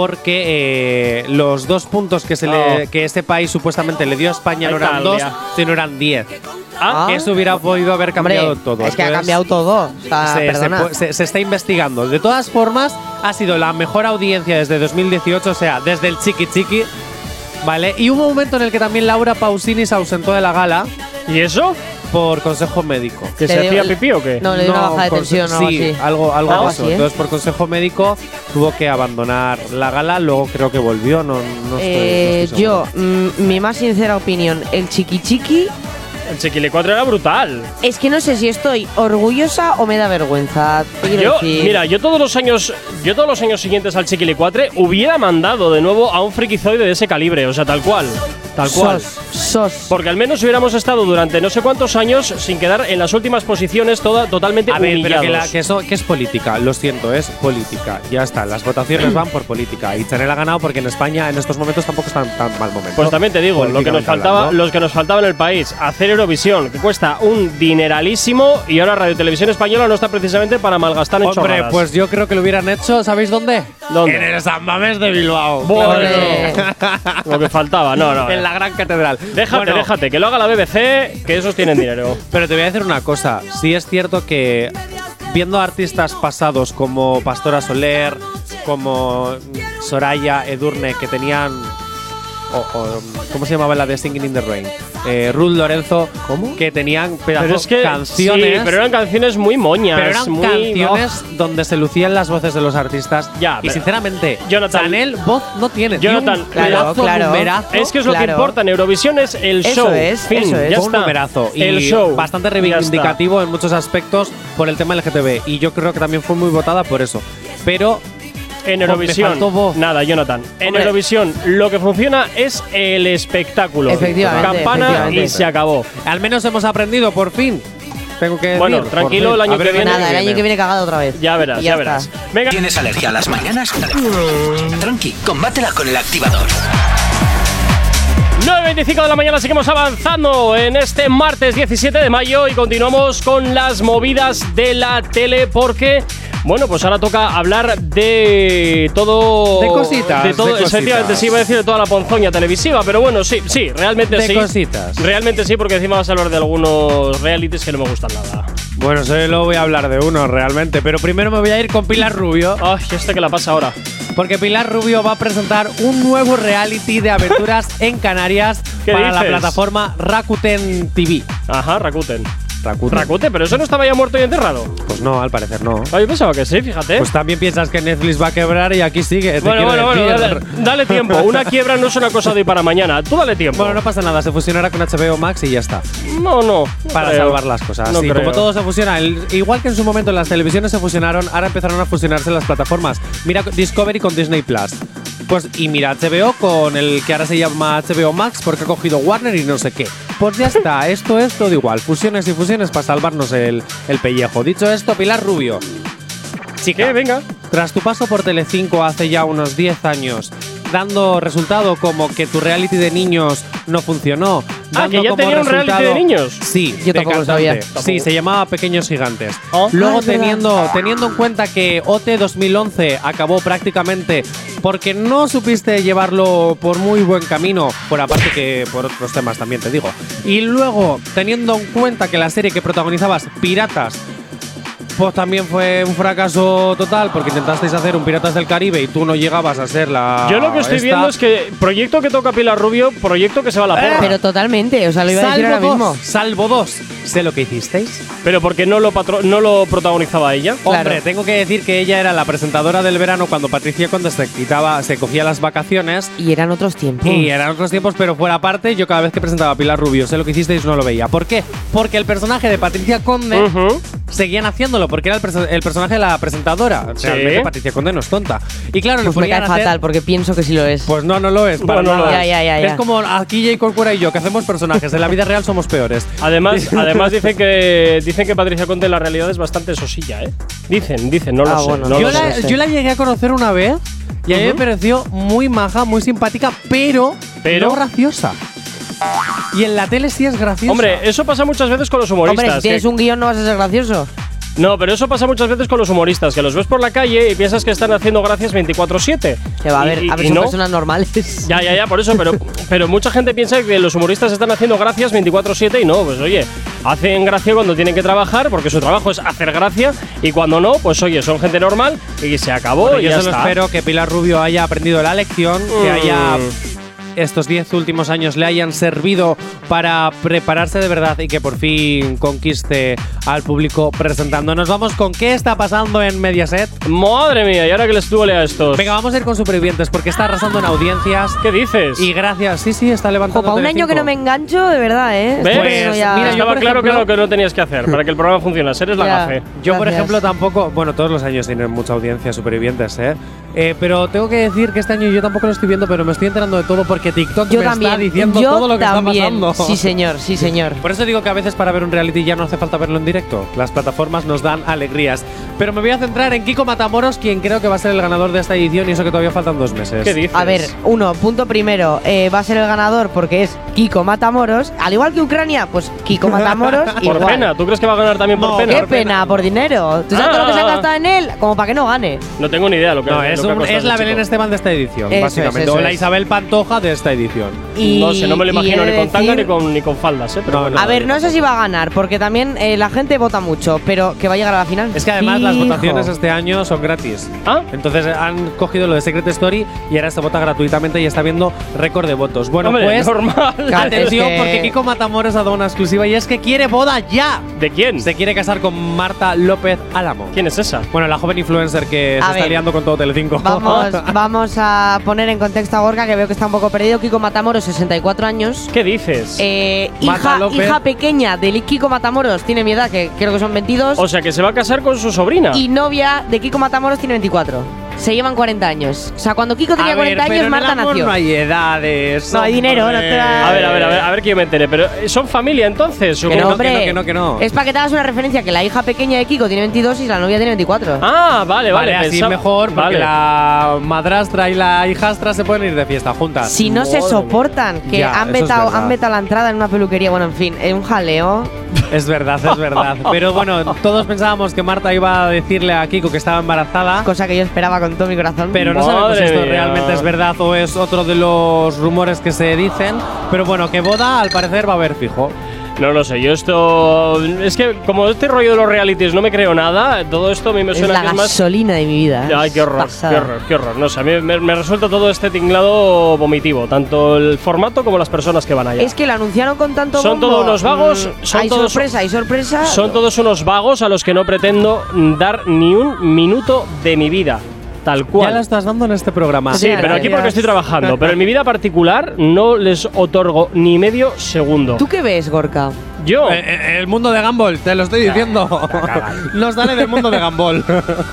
[SPEAKER 2] porque eh, los dos puntos que, se le-
[SPEAKER 1] Oh.
[SPEAKER 2] que este país supuestamente le dio a España no eran dos,
[SPEAKER 1] Italia.
[SPEAKER 2] sino eran diez.
[SPEAKER 1] Ah,
[SPEAKER 2] Eso hubiera podido haber
[SPEAKER 6] Hombre,
[SPEAKER 2] cambiado todo.
[SPEAKER 6] Es que ha
[SPEAKER 2] Entonces,
[SPEAKER 6] cambiado todo. O sea,
[SPEAKER 2] se, se
[SPEAKER 6] perdona.
[SPEAKER 2] pu- se- se está investigando. De todas formas, ha sido la mejor audiencia desde 2018, o sea, desde el chiqui chiqui. ¿Vale? Y hubo un momento en el que también Laura Pausini se ausentó de la gala
[SPEAKER 1] ¿y eso?
[SPEAKER 2] por consejo médico.
[SPEAKER 1] ¿Que
[SPEAKER 6] Te
[SPEAKER 1] se
[SPEAKER 6] digo-
[SPEAKER 1] hacía pipí o qué?
[SPEAKER 6] No, le dio una baja de
[SPEAKER 2] conse-
[SPEAKER 6] tensión o algo
[SPEAKER 2] sí,
[SPEAKER 6] así.
[SPEAKER 2] algo, algo
[SPEAKER 6] Algo
[SPEAKER 2] pasó.
[SPEAKER 6] así, ¿eh?
[SPEAKER 2] Entonces, por consejo médico, tuvo que abandonar la gala. Luego creo que volvió. No, no estoy- no
[SPEAKER 6] Eh,
[SPEAKER 2] estoy
[SPEAKER 6] yo,
[SPEAKER 2] seguro.
[SPEAKER 6] mm, mi más sincera opinión, el chiqui chiqui,
[SPEAKER 1] El chiquilicuatro era brutal.
[SPEAKER 6] es que no sé si estoy orgullosa o me da vergüenza. te quiero
[SPEAKER 1] Yo,
[SPEAKER 6] decir.
[SPEAKER 1] mira, yo todos los años, yo todos los años siguientes al chiquilicuatre hubiera mandado de nuevo a un frikizoide de ese calibre, o sea, tal cual, tal cual.
[SPEAKER 6] sos, sos.
[SPEAKER 1] Porque al menos hubiéramos estado durante no sé cuántos años sin quedar en las últimas posiciones toda, totalmente
[SPEAKER 2] A ver, pero
[SPEAKER 1] humillados.
[SPEAKER 2] que, la- que eso que es política, lo siento, es política. Ya está, las votaciones van por política. Y Chanel ha ganado porque en España en estos momentos tampoco está en tan mal momento.
[SPEAKER 1] Pues también te digo, lo que nos
[SPEAKER 2] Políticamente
[SPEAKER 1] faltaba,
[SPEAKER 2] hablando.
[SPEAKER 1] los que nos faltaba en el país, hacer Eurovisión, que cuesta un dineralísimo y ahora Radio Televisión Española no está precisamente para malgastar en
[SPEAKER 2] Hombre,
[SPEAKER 1] chorradas.
[SPEAKER 2] pues yo creo que lo hubieran hecho, ¿sabéis dónde?
[SPEAKER 1] ¿Dónde?
[SPEAKER 2] En el San Mamés de Bilbao.
[SPEAKER 1] Bueno.
[SPEAKER 6] Hombre.
[SPEAKER 1] lo que faltaba, no, no.
[SPEAKER 2] en la gran catedral.
[SPEAKER 1] Déjate,
[SPEAKER 2] Bueno,
[SPEAKER 1] déjate, que lo haga la BBC, que esos tienen dinero.
[SPEAKER 2] Pero te voy a decir una cosa. Sí es cierto que viendo artistas pasados como Pastora Soler, como Soraya, Edurne, que tenían o- o, ¿Cómo se llamaba la de Singing in the Rain? Eh, Ruth Lorenzo. ¿Cómo? Que tenían pedazos
[SPEAKER 1] Pero es que.
[SPEAKER 2] canciones.
[SPEAKER 1] Sí, pero eran canciones muy moñas.
[SPEAKER 2] pero eran
[SPEAKER 1] muy,
[SPEAKER 2] canciones donde se lucían las voces de los artistas.
[SPEAKER 1] Ya,
[SPEAKER 2] y
[SPEAKER 1] pero-
[SPEAKER 2] sinceramente,
[SPEAKER 1] Jonathan-
[SPEAKER 2] Chanel voz no tiene. tiene un
[SPEAKER 1] Jonathan,
[SPEAKER 2] pedazo
[SPEAKER 6] Claro, claro.
[SPEAKER 2] numerazo.
[SPEAKER 1] Es que es lo que
[SPEAKER 6] Claro.
[SPEAKER 1] importa en Eurovisión, es el
[SPEAKER 6] Eso
[SPEAKER 1] show.
[SPEAKER 6] es,
[SPEAKER 1] fin,
[SPEAKER 6] eso es.
[SPEAKER 1] ya
[SPEAKER 2] Fue un
[SPEAKER 1] está.
[SPEAKER 2] numerazo y
[SPEAKER 1] el show.
[SPEAKER 2] bastante
[SPEAKER 1] Ya está.
[SPEAKER 2] reivindicativo en muchos aspectos por el tema LGTB y yo creo que también fue muy votada por eso. Pero
[SPEAKER 1] En
[SPEAKER 2] me
[SPEAKER 1] Eurovisión.
[SPEAKER 2] faltó voz.
[SPEAKER 1] Nada, Jonathan. En
[SPEAKER 6] Hombre.
[SPEAKER 1] Eurovisión lo que funciona es el espectáculo.
[SPEAKER 6] Efectivamente,
[SPEAKER 1] Campana y
[SPEAKER 6] efectivamente.
[SPEAKER 1] se acabó.
[SPEAKER 2] al menos hemos aprendido por fin. Tengo que
[SPEAKER 1] Bueno,
[SPEAKER 2] decir, por
[SPEAKER 1] tranquilo,
[SPEAKER 2] fin.
[SPEAKER 1] el año
[SPEAKER 2] A ver
[SPEAKER 1] que viene- eh.
[SPEAKER 6] Nada, el año que viene cagado otra vez.
[SPEAKER 1] Ya verás,
[SPEAKER 6] Y
[SPEAKER 1] ya,
[SPEAKER 6] ya
[SPEAKER 1] verás.
[SPEAKER 6] está.
[SPEAKER 1] Venga,
[SPEAKER 5] ¿Tienes alergia a las mañanas? Tranqui, combátela con el activador.
[SPEAKER 1] 9.25 de la mañana seguimos avanzando en este martes 17 de mayo y continuamos con las movidas de la tele porque, bueno, pues ahora toca hablar de todo...
[SPEAKER 2] De cositas,
[SPEAKER 1] De todo,
[SPEAKER 2] de cositas.
[SPEAKER 1] efectivamente, sí, iba a decir de toda la ponzoña televisiva, pero bueno, sí, sí, realmente
[SPEAKER 2] De
[SPEAKER 1] sí.
[SPEAKER 2] cositas.
[SPEAKER 1] Realmente sí, porque encima vas a hablar de algunos realities que no me gustan nada.
[SPEAKER 2] Bueno, solo voy a hablar de uno realmente, pero primero me voy a ir con Pilar Rubio.
[SPEAKER 1] Ay, este que la pasa ahora.
[SPEAKER 2] Porque Pilar Rubio va a presentar un nuevo reality de aventuras en Canarias
[SPEAKER 1] ¿Qué
[SPEAKER 2] para la
[SPEAKER 1] dices?
[SPEAKER 2] plataforma Rakuten TV.
[SPEAKER 1] Ajá, Rakuten.
[SPEAKER 2] Rakuten.
[SPEAKER 1] Rakuten, pero eso no estaba ya muerto y enterrado.
[SPEAKER 2] Pues no, al parecer no.
[SPEAKER 1] Ay, yo pensaba que sí, fíjate.
[SPEAKER 2] Pues también piensas que Netflix va a quebrar y aquí sigue. te
[SPEAKER 1] bueno, bueno,
[SPEAKER 2] quiero
[SPEAKER 1] bueno,
[SPEAKER 2] decir.
[SPEAKER 1] dale, dale tiempo. Una quiebra no es una cosa de hoy para mañana. Tú dale tiempo.
[SPEAKER 2] Bueno, no pasa nada, se fusionará con HBO Max y ya está.
[SPEAKER 1] No, no. no
[SPEAKER 2] Para
[SPEAKER 1] creo.
[SPEAKER 2] salvar las cosas.
[SPEAKER 1] No
[SPEAKER 2] Sí,
[SPEAKER 1] creo.
[SPEAKER 2] como todo se fusiona, el- igual que en su momento las televisiones se fusionaron, ahora empezaron a fusionarse las plataformas. Mira Discovery con Disney Plus. Pues, y mira HBO con el que ahora se llama HBO Max porque ha cogido Warner y no sé qué. Pues ya está, esto es todo igual. Fusiones y fusiones para salvarnos el, el pellejo. Dicho esto, Pilar Rubio. Chica,
[SPEAKER 1] ¿Qué? Eh, Venga.
[SPEAKER 2] Tras tu paso por Telecinco hace ya unos 10 años, dando resultado como que tu reality de niños no funcionó.
[SPEAKER 1] Ah,
[SPEAKER 2] dando
[SPEAKER 1] que ya
[SPEAKER 2] como
[SPEAKER 1] tenía un reality
[SPEAKER 2] resultado-
[SPEAKER 1] de niños.
[SPEAKER 2] Sí,
[SPEAKER 6] Yo
[SPEAKER 2] de
[SPEAKER 6] tampoco lo
[SPEAKER 2] cantante.
[SPEAKER 6] sabía.
[SPEAKER 2] Sí, se llamaba Pequeños Gigantes.
[SPEAKER 1] Ah.
[SPEAKER 2] Luego
[SPEAKER 6] Ah, es verdad.
[SPEAKER 2] teniendo, teniendo en cuenta que OT 2011 acabó prácticamente porque no supiste llevarlo por muy buen camino, por aparte que por otros temas también te digo. Y luego teniendo en cuenta que la serie que protagonizabas, Piratas, pues también fue un fracaso total porque intentasteis hacer un Piratas del Caribe y tú no llegabas a ser la.
[SPEAKER 1] Yo lo que estoy
[SPEAKER 2] Ah, esta. Eh,
[SPEAKER 1] viendo es que proyecto que toca Pilar Rubio, proyecto que se va a la porra.
[SPEAKER 6] Pero totalmente, o sea, lo iba a decir ahora
[SPEAKER 2] Salvo
[SPEAKER 6] mismo.
[SPEAKER 2] dos, salvo dos. Sé lo que hicisteis.
[SPEAKER 1] Pero porque no lo, patro- no lo protagonizaba ella.
[SPEAKER 2] Hombre,
[SPEAKER 6] Claro.
[SPEAKER 2] tengo que decir que ella era la presentadora del verano cuando Patricia cuando se quitaba, se cogía las vacaciones.
[SPEAKER 6] Y eran otros tiempos.
[SPEAKER 2] Y
[SPEAKER 1] eh,
[SPEAKER 2] eran otros tiempos, pero fuera aparte, yo cada vez que presentaba a Pilar Rubio, sé lo que hicisteis, no lo veía. ¿Por qué? Porque el personaje de Patricia Conde
[SPEAKER 1] Ujú.
[SPEAKER 2] seguían haciéndolo, porque era el, perso- el personaje de la presentadora.
[SPEAKER 1] Sí.
[SPEAKER 2] Realmente Patricia Conde no es tonta. Y claro,
[SPEAKER 6] Pues
[SPEAKER 2] le
[SPEAKER 6] me cae
[SPEAKER 2] ponían a hacer-
[SPEAKER 6] fatal porque pienso que sí lo es.
[SPEAKER 2] Pues no, no lo es. Para
[SPEAKER 1] No, no
[SPEAKER 2] nada.
[SPEAKER 1] lo
[SPEAKER 6] es. Ya, ya, ya,
[SPEAKER 2] Es
[SPEAKER 6] ya.
[SPEAKER 2] como aquí Jay Corcuera y yo, que hacemos personajes. En la vida real somos peores.
[SPEAKER 1] Además, además dicen que dicen que Patricia Conte en la realidad es bastante sosilla, ¿eh? Dicen, dicen, no
[SPEAKER 6] Ah,
[SPEAKER 1] lo sé.
[SPEAKER 6] bueno,
[SPEAKER 1] no lo
[SPEAKER 2] yo,
[SPEAKER 1] sé.
[SPEAKER 2] la, yo la llegué a conocer una vez y a mí me pareció muy maja, muy simpática, pero,
[SPEAKER 1] Pero-
[SPEAKER 2] no graciosa. Y en la tele sí es graciosa.
[SPEAKER 1] Hombre, eso pasa muchas veces con los humoristas.
[SPEAKER 6] Hombre, si
[SPEAKER 1] que-
[SPEAKER 6] tienes un guión no vas a ser gracioso.
[SPEAKER 1] No, pero eso pasa muchas veces con los humoristas, que los ves por la calle y piensas que están haciendo gracias 24/7.
[SPEAKER 6] Que va a
[SPEAKER 1] Y-
[SPEAKER 6] ver,
[SPEAKER 1] y-
[SPEAKER 6] a ver,
[SPEAKER 1] y
[SPEAKER 6] son
[SPEAKER 1] no.
[SPEAKER 6] personas normales.
[SPEAKER 1] Ya, ya, ya, por eso, pero, pero mucha gente piensa que los humoristas están haciendo gracias 24/7 y no, pues oye, hacen gracia cuando tienen que trabajar, porque su trabajo es hacer gracia, y cuando no, pues oye, son gente normal y se acabó
[SPEAKER 2] Bueno,
[SPEAKER 1] y
[SPEAKER 2] yo
[SPEAKER 1] ya
[SPEAKER 2] solo
[SPEAKER 1] está.
[SPEAKER 2] espero que Pilar Rubio haya aprendido la lección, que
[SPEAKER 1] Mm.
[SPEAKER 2] haya estos 10 últimos años le hayan servido para prepararse de verdad y que por fin conquiste al público presentando. Nos vamos con qué está pasando en Mediaset.
[SPEAKER 1] Madre mía, y ahora que les duele a estos.
[SPEAKER 2] Venga, vamos a ir con supervivientes porque está arrasando en audiencias.
[SPEAKER 1] ¿Qué dices?
[SPEAKER 2] Y gracias, sí, sí, está levantando.
[SPEAKER 6] Jopa, un año que no me
[SPEAKER 2] Telecinco.
[SPEAKER 6] engancho, de verdad, ¿eh? Estoy
[SPEAKER 1] ¿Ves?
[SPEAKER 6] perdiendo ya-
[SPEAKER 2] pues, mira, yo-
[SPEAKER 1] Estaba
[SPEAKER 2] por
[SPEAKER 1] claro que
[SPEAKER 2] ejemplo-
[SPEAKER 1] lo que no tenías que hacer para que el programa funcionase, eres la
[SPEAKER 6] Ya.
[SPEAKER 1] gafe.
[SPEAKER 2] Eh, Yo, por
[SPEAKER 6] Gracias.
[SPEAKER 2] ejemplo, tampoco. Bueno, todos los años tienen mucha audiencia supervivientes, ¿eh? Eh, Pero tengo que decir que este año yo tampoco lo estoy viendo, pero me estoy enterando de todo porque TikTok
[SPEAKER 6] Yo
[SPEAKER 2] me
[SPEAKER 6] también.
[SPEAKER 2] está diciendo
[SPEAKER 6] yo
[SPEAKER 2] todo lo que
[SPEAKER 6] también.
[SPEAKER 2] está pasando.
[SPEAKER 6] Sí, señor, sí, señor.
[SPEAKER 2] Por eso digo que a veces para ver un reality ya no hace falta verlo en directo. Las plataformas nos dan alegrías. Pero me voy a centrar en Kiko Matamoros, quien creo que va a ser el ganador de esta edición y eso que todavía faltan dos meses.
[SPEAKER 1] ¿Qué dices?
[SPEAKER 6] A ver, uno, punto primero, eh, va a ser el ganador porque es Kiko Matamoros. Al igual que Ucrania, pues Kiko Matamoros
[SPEAKER 1] Por
[SPEAKER 6] igual.
[SPEAKER 1] pena, ¿tú crees que va a ganar también por
[SPEAKER 2] No,
[SPEAKER 1] pena?
[SPEAKER 6] Qué pena, por dinero. ¿Tú sabes
[SPEAKER 1] Ah,
[SPEAKER 6] todo lo que se
[SPEAKER 1] ah,
[SPEAKER 6] ha
[SPEAKER 1] ah.
[SPEAKER 6] gastado en él? Como para que no gane.
[SPEAKER 1] No tengo ni idea lo que
[SPEAKER 2] No,
[SPEAKER 1] lo
[SPEAKER 2] es
[SPEAKER 1] lo
[SPEAKER 2] es,
[SPEAKER 1] que ha
[SPEAKER 2] un-
[SPEAKER 1] costado
[SPEAKER 2] es la
[SPEAKER 1] este
[SPEAKER 2] Belén
[SPEAKER 1] chico.
[SPEAKER 2] Esteban de esta edición,
[SPEAKER 6] Eso es,
[SPEAKER 2] básicamente.
[SPEAKER 6] eso
[SPEAKER 2] o la
[SPEAKER 6] es.
[SPEAKER 2] Isabel Pantoja de esta edición.
[SPEAKER 1] No sé, no me lo
[SPEAKER 6] Y- y
[SPEAKER 1] imagino
[SPEAKER 6] he
[SPEAKER 1] ni
[SPEAKER 6] de
[SPEAKER 1] con tanga ni
[SPEAKER 6] decir-
[SPEAKER 1] con, ni con faldas, ¿eh? Pero
[SPEAKER 2] No,
[SPEAKER 1] bueno.
[SPEAKER 2] no.
[SPEAKER 6] A ver, no sé si va a ganar, porque también eh, la gente vota mucho, pero que va a llegar a la final.
[SPEAKER 2] Es que además las
[SPEAKER 6] Fijo.
[SPEAKER 2] votaciones este año son gratis.
[SPEAKER 1] ¿Ah?
[SPEAKER 2] Entonces eh, han cogido lo de Secret Story y ahora se vota gratuitamente y está viendo récord de votos. Bueno,
[SPEAKER 1] Hombre,
[SPEAKER 2] pues.
[SPEAKER 1] normal.
[SPEAKER 6] Claro, es
[SPEAKER 2] Atención,
[SPEAKER 6] que-
[SPEAKER 2] porque Kiko Matamoros ha dado una exclusiva y es que quiere boda ya.
[SPEAKER 1] ¿De quién?
[SPEAKER 2] Se quiere casar con Marta López Álamo.
[SPEAKER 1] ¿Quién es esa?
[SPEAKER 2] Bueno, la joven influencer que
[SPEAKER 6] A
[SPEAKER 2] se está
[SPEAKER 6] ver.
[SPEAKER 2] liando con todo Telecinco.
[SPEAKER 6] Vamos, vamos a poner en contexto a Gorka, que veo que está un poco perdido. Kiko Matamoros, 64 años.
[SPEAKER 1] ¿Qué dices?
[SPEAKER 6] Eh,
[SPEAKER 2] Mata
[SPEAKER 6] hija,
[SPEAKER 2] López.
[SPEAKER 6] hija pequeña de Kiko Matamoros, tiene mi edad, que creo que son 22.
[SPEAKER 1] o sea, que se va a casar con su sobrina.
[SPEAKER 6] y novia de Kiko Matamoros tiene 24. Se llevan 40 años. O sea, cuando Kiko tenía
[SPEAKER 2] A ver,
[SPEAKER 6] 40
[SPEAKER 2] pero en
[SPEAKER 6] años,
[SPEAKER 2] el
[SPEAKER 6] Marta
[SPEAKER 2] amor
[SPEAKER 6] nació.
[SPEAKER 2] No hay edades.
[SPEAKER 6] No hay dinero, no te da-
[SPEAKER 1] A ver, a ver, a ver, a ver que yo me entere. Pero eh, son familia entonces. ¿o
[SPEAKER 6] Que
[SPEAKER 1] cómo?
[SPEAKER 6] no,
[SPEAKER 2] no,
[SPEAKER 6] hombre.
[SPEAKER 2] que no, que no.
[SPEAKER 6] Es para que te hagas una referencia que la hija pequeña de Kiko tiene 22 y la novia tiene 24.
[SPEAKER 1] Ah, vale, vale.
[SPEAKER 2] Vale, así
[SPEAKER 1] pensaba-
[SPEAKER 2] mejor porque
[SPEAKER 1] Vale.
[SPEAKER 2] la madrastra y la hijastra se pueden ir de fiesta juntas.
[SPEAKER 6] si no se
[SPEAKER 1] madre
[SPEAKER 6] soportan, que
[SPEAKER 2] Ya,
[SPEAKER 6] han,
[SPEAKER 2] eso es
[SPEAKER 6] vetado,
[SPEAKER 2] verdad.
[SPEAKER 6] han vetado la entrada en una peluquería, bueno, en fin, es un jaleo.
[SPEAKER 2] Es verdad, es verdad. Pero bueno, todos pensábamos que Marta iba a decirle a Kiko que estaba embarazada.
[SPEAKER 6] Cosa que yo esperaba con todo mi corazón.
[SPEAKER 2] Pero no sabemos si
[SPEAKER 1] Madre
[SPEAKER 2] esto
[SPEAKER 1] mía.
[SPEAKER 2] realmente es verdad o es otro de los rumores que se dicen. Pero bueno, que boda al parecer va a haber fijo.
[SPEAKER 1] No lo sé, yo esto. Es que como este rollo de los realities no me creo nada, todo esto a mí me
[SPEAKER 6] es
[SPEAKER 1] suena
[SPEAKER 6] la
[SPEAKER 1] que es más.
[SPEAKER 6] gasolina de mi vida. ¿eh?
[SPEAKER 1] Ay, qué horror,
[SPEAKER 6] Pasada.
[SPEAKER 1] qué horror, qué horror. No sé, a mí me, me resulta todo este tinglado vomitivo, tanto el formato como las personas que van allá.
[SPEAKER 6] Es que lo anunciaron con tanto
[SPEAKER 1] Son
[SPEAKER 6] bombo.
[SPEAKER 1] todos unos vagos,
[SPEAKER 6] Mm,
[SPEAKER 1] son
[SPEAKER 6] hay
[SPEAKER 1] todos-
[SPEAKER 6] sorpresa, hay sorpresa.
[SPEAKER 1] Son todos unos vagos a los que no pretendo dar ni un minuto de mi vida, tal
[SPEAKER 2] Ya
[SPEAKER 1] cual.
[SPEAKER 2] la estás dando en este programa.
[SPEAKER 1] Sí,
[SPEAKER 6] Ya,
[SPEAKER 1] pero aquí
[SPEAKER 6] gracias.
[SPEAKER 1] porque estoy trabajando. Pero en mi vida particular no les otorgo ni medio segundo.
[SPEAKER 6] ¿Tú qué ves, Gorka?
[SPEAKER 1] Yo,
[SPEAKER 2] Eh, eh, el mundo de Gumball, te lo estoy diciendo. Nos sale del mundo de Gumball.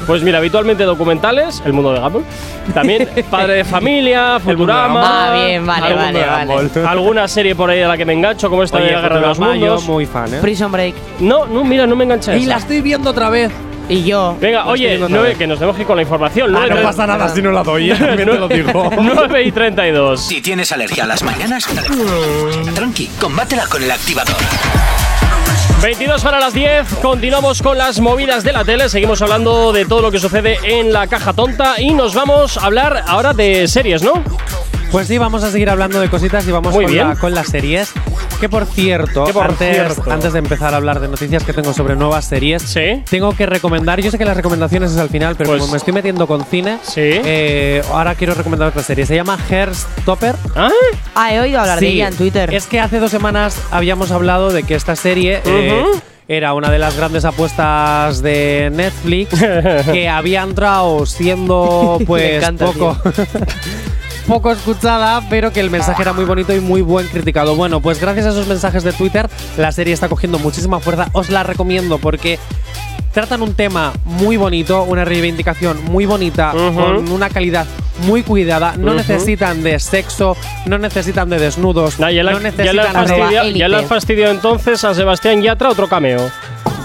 [SPEAKER 1] pues mira, habitualmente documentales, El Mundo de Gumball. También Padre de Familia, Futurama.
[SPEAKER 6] Ah, bien, vale,
[SPEAKER 1] algún-
[SPEAKER 6] vale, vale.
[SPEAKER 1] Alguna serie por ahí a la que me engancho, como esta de la Guerra de los
[SPEAKER 2] Futurama,
[SPEAKER 1] Mundos.
[SPEAKER 2] yo muy fan, ¿eh?
[SPEAKER 6] Prison Break.
[SPEAKER 1] No, no, mira, no me enganché. a
[SPEAKER 2] Y
[SPEAKER 1] esa.
[SPEAKER 2] la estoy viendo otra vez.
[SPEAKER 6] Y yo.
[SPEAKER 1] Venga,
[SPEAKER 2] la estoy
[SPEAKER 1] oye,
[SPEAKER 2] viendo
[SPEAKER 1] no,
[SPEAKER 2] otra vez.
[SPEAKER 1] que nos tenemos que ir con la información.
[SPEAKER 2] Ah,
[SPEAKER 1] nueve
[SPEAKER 2] no
[SPEAKER 1] tre-
[SPEAKER 2] pasa nada si no la doy, ¿eh? también te lo digo.
[SPEAKER 1] 9 y 32.
[SPEAKER 5] Si tienes alergia a las mañanas, tranqui, combátela con el activador.
[SPEAKER 1] 22 para las 10, continuamos con las movidas de la tele, seguimos hablando de todo lo que sucede en la caja tonta y nos vamos a hablar ahora de series, ¿no?
[SPEAKER 2] Pues sí, vamos a seguir hablando de cositas y vamos
[SPEAKER 1] Muy
[SPEAKER 2] con,
[SPEAKER 1] bien.
[SPEAKER 2] la- con las series. Que por cierto,
[SPEAKER 1] Que por
[SPEAKER 2] antes,
[SPEAKER 1] cierto.
[SPEAKER 2] antes de empezar a hablar de noticias que tengo sobre nuevas series,
[SPEAKER 1] Sí.
[SPEAKER 2] tengo que recomendar. Yo sé que las recomendaciones es al final, pero
[SPEAKER 1] Pues-
[SPEAKER 2] como me estoy metiendo con cine,
[SPEAKER 1] Sí.
[SPEAKER 2] eh, ahora quiero recomendar otra serie. Se llama Herstopper.
[SPEAKER 1] ¿Ah?
[SPEAKER 6] Ah, he oído hablar de
[SPEAKER 2] Sí,
[SPEAKER 6] ella en Twitter.
[SPEAKER 2] Es que hace dos semanas habíamos hablado de que esta serie eh, era una de las grandes apuestas de Netflix que había entrado siendo pues
[SPEAKER 6] encanta,
[SPEAKER 2] poco. Poco escuchada, pero que el mensaje era muy bonito y muy buen criticado. Bueno, pues gracias a esos mensajes de Twitter, la serie está cogiendo muchísima fuerza. Os la recomiendo porque tratan un tema muy bonito, una reivindicación muy bonita, con una calidad muy cuidada. No necesitan de sexo, no necesitan de desnudos,
[SPEAKER 1] Nah, ya le
[SPEAKER 2] no
[SPEAKER 1] han ya le han
[SPEAKER 2] necesitan
[SPEAKER 6] fastidia-
[SPEAKER 1] fastidiado-
[SPEAKER 6] arroba
[SPEAKER 1] ya le han
[SPEAKER 6] élite.
[SPEAKER 1] fastidiado entonces a Sebastián Yatra otro cameo.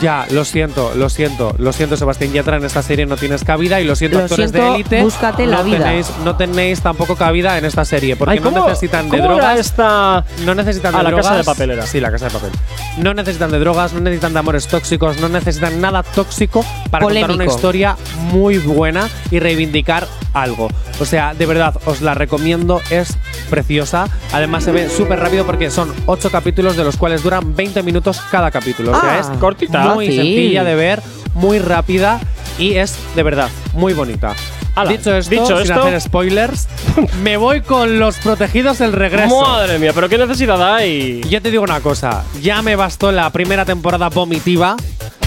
[SPEAKER 2] Ya, lo siento, lo siento, lo siento, Sebastián Yatra, en esta serie no tienes cabida y lo siento,
[SPEAKER 6] Lo
[SPEAKER 2] actores de
[SPEAKER 6] siento,
[SPEAKER 2] élite.
[SPEAKER 6] búscate
[SPEAKER 2] no
[SPEAKER 6] la vida.
[SPEAKER 2] Tenéis, no tenéis tampoco cabida en esta serie porque
[SPEAKER 1] Ay,
[SPEAKER 2] no necesitan de
[SPEAKER 1] cómo era
[SPEAKER 2] drogas.
[SPEAKER 1] esta
[SPEAKER 2] No necesitan
[SPEAKER 1] Ah,
[SPEAKER 2] de
[SPEAKER 1] la
[SPEAKER 2] drogas.
[SPEAKER 1] Casa de Papel era.
[SPEAKER 2] Sí, la casa de papel. No necesitan de drogas, no necesitan de amores tóxicos, no necesitan nada tóxico para contar una
[SPEAKER 6] Polémico.
[SPEAKER 2] historia muy buena y reivindicar algo. O sea, de verdad, os la recomiendo, es preciosa. Además, se ve súper rápido porque son ocho capítulos de los cuales duran 20 minutos cada capítulo. O sea,
[SPEAKER 6] Ah,
[SPEAKER 2] es
[SPEAKER 1] cortita.
[SPEAKER 2] Muy
[SPEAKER 6] fácil.
[SPEAKER 2] sencilla de ver, muy rápida y es, de verdad, muy bonita.
[SPEAKER 1] Ala,
[SPEAKER 2] dicho esto,
[SPEAKER 1] dicho
[SPEAKER 2] sin
[SPEAKER 1] esto-
[SPEAKER 2] hacer spoilers, me voy con los protegidos el regreso.
[SPEAKER 1] Madre mía, pero qué necesidad hay.
[SPEAKER 2] Yo te digo una cosa, ya me bastó la primera temporada vomitiva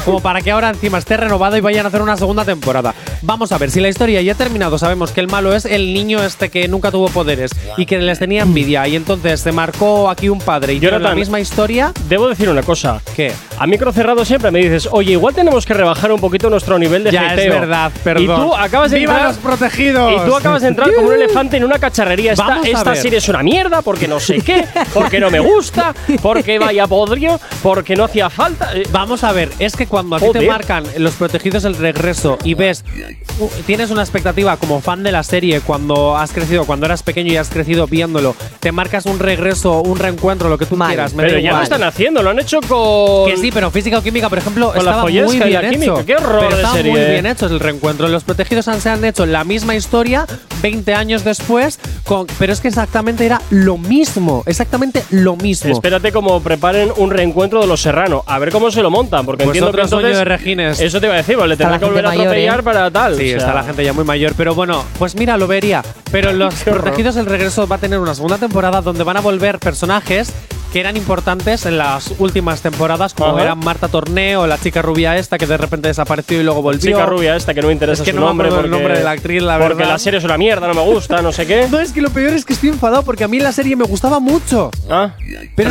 [SPEAKER 2] como para que ahora encima esté renovado y vayan a hacer una segunda temporada. Vamos a ver, si la historia ya ha terminado, sabemos que el malo es el niño este que nunca tuvo poderes y que les tenía envidia y entonces se marcó aquí un padre y hicieron la
[SPEAKER 1] Jonathan.
[SPEAKER 2] misma historia.
[SPEAKER 1] Debo decir una cosa.
[SPEAKER 2] ¿Qué?
[SPEAKER 1] A micro cerrado siempre me dices, oye, igual tenemos que rebajar un poquito nuestro nivel de
[SPEAKER 2] Ya es
[SPEAKER 1] hateo".
[SPEAKER 2] verdad, perdón.
[SPEAKER 1] Y tú acabas de
[SPEAKER 2] ¡Viva
[SPEAKER 1] entrar-
[SPEAKER 2] los protegidos!
[SPEAKER 1] Y tú acabas de entrar como un elefante en una cacharrería. Esta,
[SPEAKER 2] Vamos a
[SPEAKER 1] esta
[SPEAKER 2] ver.
[SPEAKER 1] serie es una mierda porque no sé qué, porque no me gusta, porque vaya podrio, porque no hacía falta. Eh,
[SPEAKER 2] Vamos a ver, es que cuando a ti te
[SPEAKER 1] Joder.
[SPEAKER 2] marcan los protegidos el regreso y ves, u- tienes una expectativa como fan de la serie cuando has crecido, cuando eras pequeño y has crecido viéndolo, te marcas un regreso, un reencuentro, lo que tú
[SPEAKER 6] Mal.
[SPEAKER 2] quieras, me
[SPEAKER 1] Pero
[SPEAKER 2] da
[SPEAKER 1] ya lo
[SPEAKER 2] igual.
[SPEAKER 1] están haciendo, lo han hecho con.
[SPEAKER 2] Que sí, sí, pero física o química, por ejemplo,
[SPEAKER 1] Con la
[SPEAKER 2] estaba
[SPEAKER 1] follesca
[SPEAKER 2] muy
[SPEAKER 1] y la
[SPEAKER 2] bien
[SPEAKER 1] química,
[SPEAKER 2] hecho.
[SPEAKER 1] qué horror
[SPEAKER 2] pero
[SPEAKER 1] de
[SPEAKER 2] estaba
[SPEAKER 1] serie,
[SPEAKER 2] muy
[SPEAKER 1] eh.
[SPEAKER 2] bien hecho el reencuentro. Los protegidos han- se han hecho la misma historia 20 años después, con- pero es que exactamente era lo mismo, exactamente lo mismo.
[SPEAKER 1] Espérate como preparen un reencuentro de los Serrano, a ver cómo se lo montan, porque
[SPEAKER 2] Pues
[SPEAKER 1] entiendo que
[SPEAKER 2] otro sueño
[SPEAKER 1] entonces-
[SPEAKER 2] de Regines.
[SPEAKER 1] Eso te iba a decir, pues, le
[SPEAKER 4] Está la
[SPEAKER 1] tendrán que volver a
[SPEAKER 4] gente mayor,
[SPEAKER 1] atropellar
[SPEAKER 4] ¿eh?
[SPEAKER 1] para tal.
[SPEAKER 2] Sí,
[SPEAKER 1] o sea.
[SPEAKER 2] está la gente ya muy mayor, pero bueno, pues mira, lo vería. Pero los
[SPEAKER 1] horror.
[SPEAKER 2] protegidos el regreso va a tener una segunda temporada donde van a volver personajes que eran importantes en las últimas temporadas, como
[SPEAKER 1] Ajá.
[SPEAKER 2] eran Marta Torneo, la chica rubia esta que de repente desapareció y luego volvió.
[SPEAKER 1] Chica rubia esta que no me interesa
[SPEAKER 2] Es que
[SPEAKER 1] su
[SPEAKER 2] no me
[SPEAKER 1] nombre
[SPEAKER 2] acuerdo el
[SPEAKER 1] porque-
[SPEAKER 2] nombre de la actriz, la
[SPEAKER 1] porque
[SPEAKER 2] verdad.
[SPEAKER 1] la serie es una mierda, no me gusta, no sé qué.
[SPEAKER 2] No, es que lo peor es que estoy enfadado porque a mí la serie me gustaba mucho.
[SPEAKER 1] Ah,
[SPEAKER 2] Pero,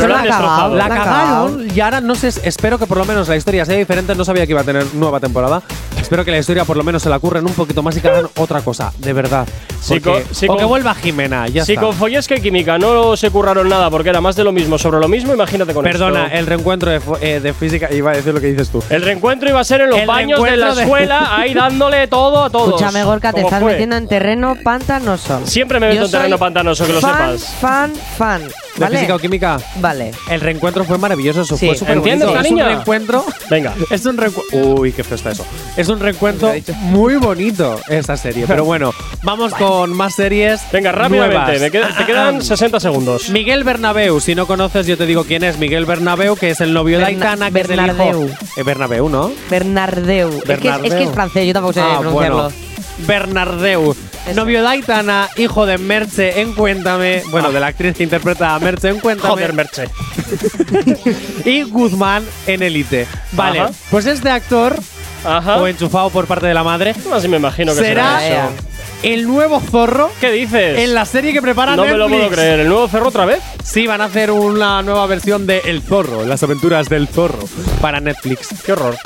[SPEAKER 1] Pero
[SPEAKER 2] la,
[SPEAKER 1] la han destrozado.
[SPEAKER 2] cagaron, la
[SPEAKER 4] La han
[SPEAKER 2] cagaron y ahora no sé, espero que por lo menos la historia sea diferente, no sabía que iba a tener nueva temporada. Espero que la historia por lo menos se la curren un poquito más y que hagan otra cosa, de verdad.
[SPEAKER 1] Sí,
[SPEAKER 2] Porque-
[SPEAKER 1] co- sí,
[SPEAKER 2] o que
[SPEAKER 1] co-
[SPEAKER 2] vuelva Jimena, ya
[SPEAKER 1] si
[SPEAKER 2] está.
[SPEAKER 1] con Follesca y Química no se curraron nada porque era más de lo mismo sobre lo mismo, imagínate con
[SPEAKER 2] Perdona,
[SPEAKER 1] esto.
[SPEAKER 2] el reencuentro de, fo- eh, de física, iba a decir lo que dices tú.
[SPEAKER 1] El reencuentro iba a ser en los
[SPEAKER 2] El
[SPEAKER 1] baños de la
[SPEAKER 2] reencuentro de-
[SPEAKER 1] escuela, ahí dándole todo a todos.
[SPEAKER 4] Escúchame, Gorka, te
[SPEAKER 1] Como
[SPEAKER 4] estás
[SPEAKER 1] fue.
[SPEAKER 4] metiendo en terreno pantanoso.
[SPEAKER 1] Siempre me meto
[SPEAKER 4] Yo
[SPEAKER 1] en terreno
[SPEAKER 4] soy
[SPEAKER 1] pantanoso, que lo
[SPEAKER 4] fan,
[SPEAKER 1] sepas.
[SPEAKER 4] Fan, fan,
[SPEAKER 2] ¿De
[SPEAKER 4] ¿Vale?
[SPEAKER 2] física o química?
[SPEAKER 4] Vale.
[SPEAKER 2] El reencuentro fue maravilloso, eso
[SPEAKER 4] Sí.
[SPEAKER 2] fue súper
[SPEAKER 1] ¿Entiendes,
[SPEAKER 2] bonito. Es un
[SPEAKER 1] cariño?
[SPEAKER 2] reencuentro.
[SPEAKER 1] Venga.
[SPEAKER 2] Es un reencuentro. Uy, qué feo está eso. Es un reencuentro muy bonito esta serie. Pero bueno, vamos con más series.
[SPEAKER 1] Venga, rápidamente,
[SPEAKER 2] nuevas.
[SPEAKER 1] me queda- te quedan 60 segundos.
[SPEAKER 2] Miguel Bernabeu, si no conoces, yo te digo quién es. Miguel Bernabeu, que es el novio de
[SPEAKER 4] Berna-
[SPEAKER 2] Aitana, que es el
[SPEAKER 4] Bernardeu.
[SPEAKER 2] hijo. Eh, Bernabeu, ¿no?
[SPEAKER 4] Bernardeu. Es, que es, es que
[SPEAKER 2] Bernardeu.
[SPEAKER 4] es francés, yo tampoco sé
[SPEAKER 2] Ah,
[SPEAKER 4] pronunciarlo.
[SPEAKER 2] bueno. Bernardeu, novio de Aitana, hijo de Merche en Cuéntame,
[SPEAKER 4] Ah.
[SPEAKER 2] bueno, de la actriz que interpreta a Merche en Cuéntame.
[SPEAKER 1] Joder, Merche.
[SPEAKER 2] y Guzmán en Elite. Vale,
[SPEAKER 1] Ajá.
[SPEAKER 2] pues este actor,
[SPEAKER 4] Ah.
[SPEAKER 1] Ajá.
[SPEAKER 2] o enchufado por parte de la madre,
[SPEAKER 1] Así me imagino que será.
[SPEAKER 2] Pues será
[SPEAKER 4] será eso.
[SPEAKER 2] el nuevo zorro
[SPEAKER 1] ¿Qué dices?
[SPEAKER 2] en la serie que prepara
[SPEAKER 1] no me
[SPEAKER 2] Netflix.
[SPEAKER 1] lo puedo creer. ¿El nuevo cerro otra vez?
[SPEAKER 2] Sí, van a hacer una nueva versión de El Zorro, las aventuras del zorro, para Netflix.
[SPEAKER 1] Qué horror.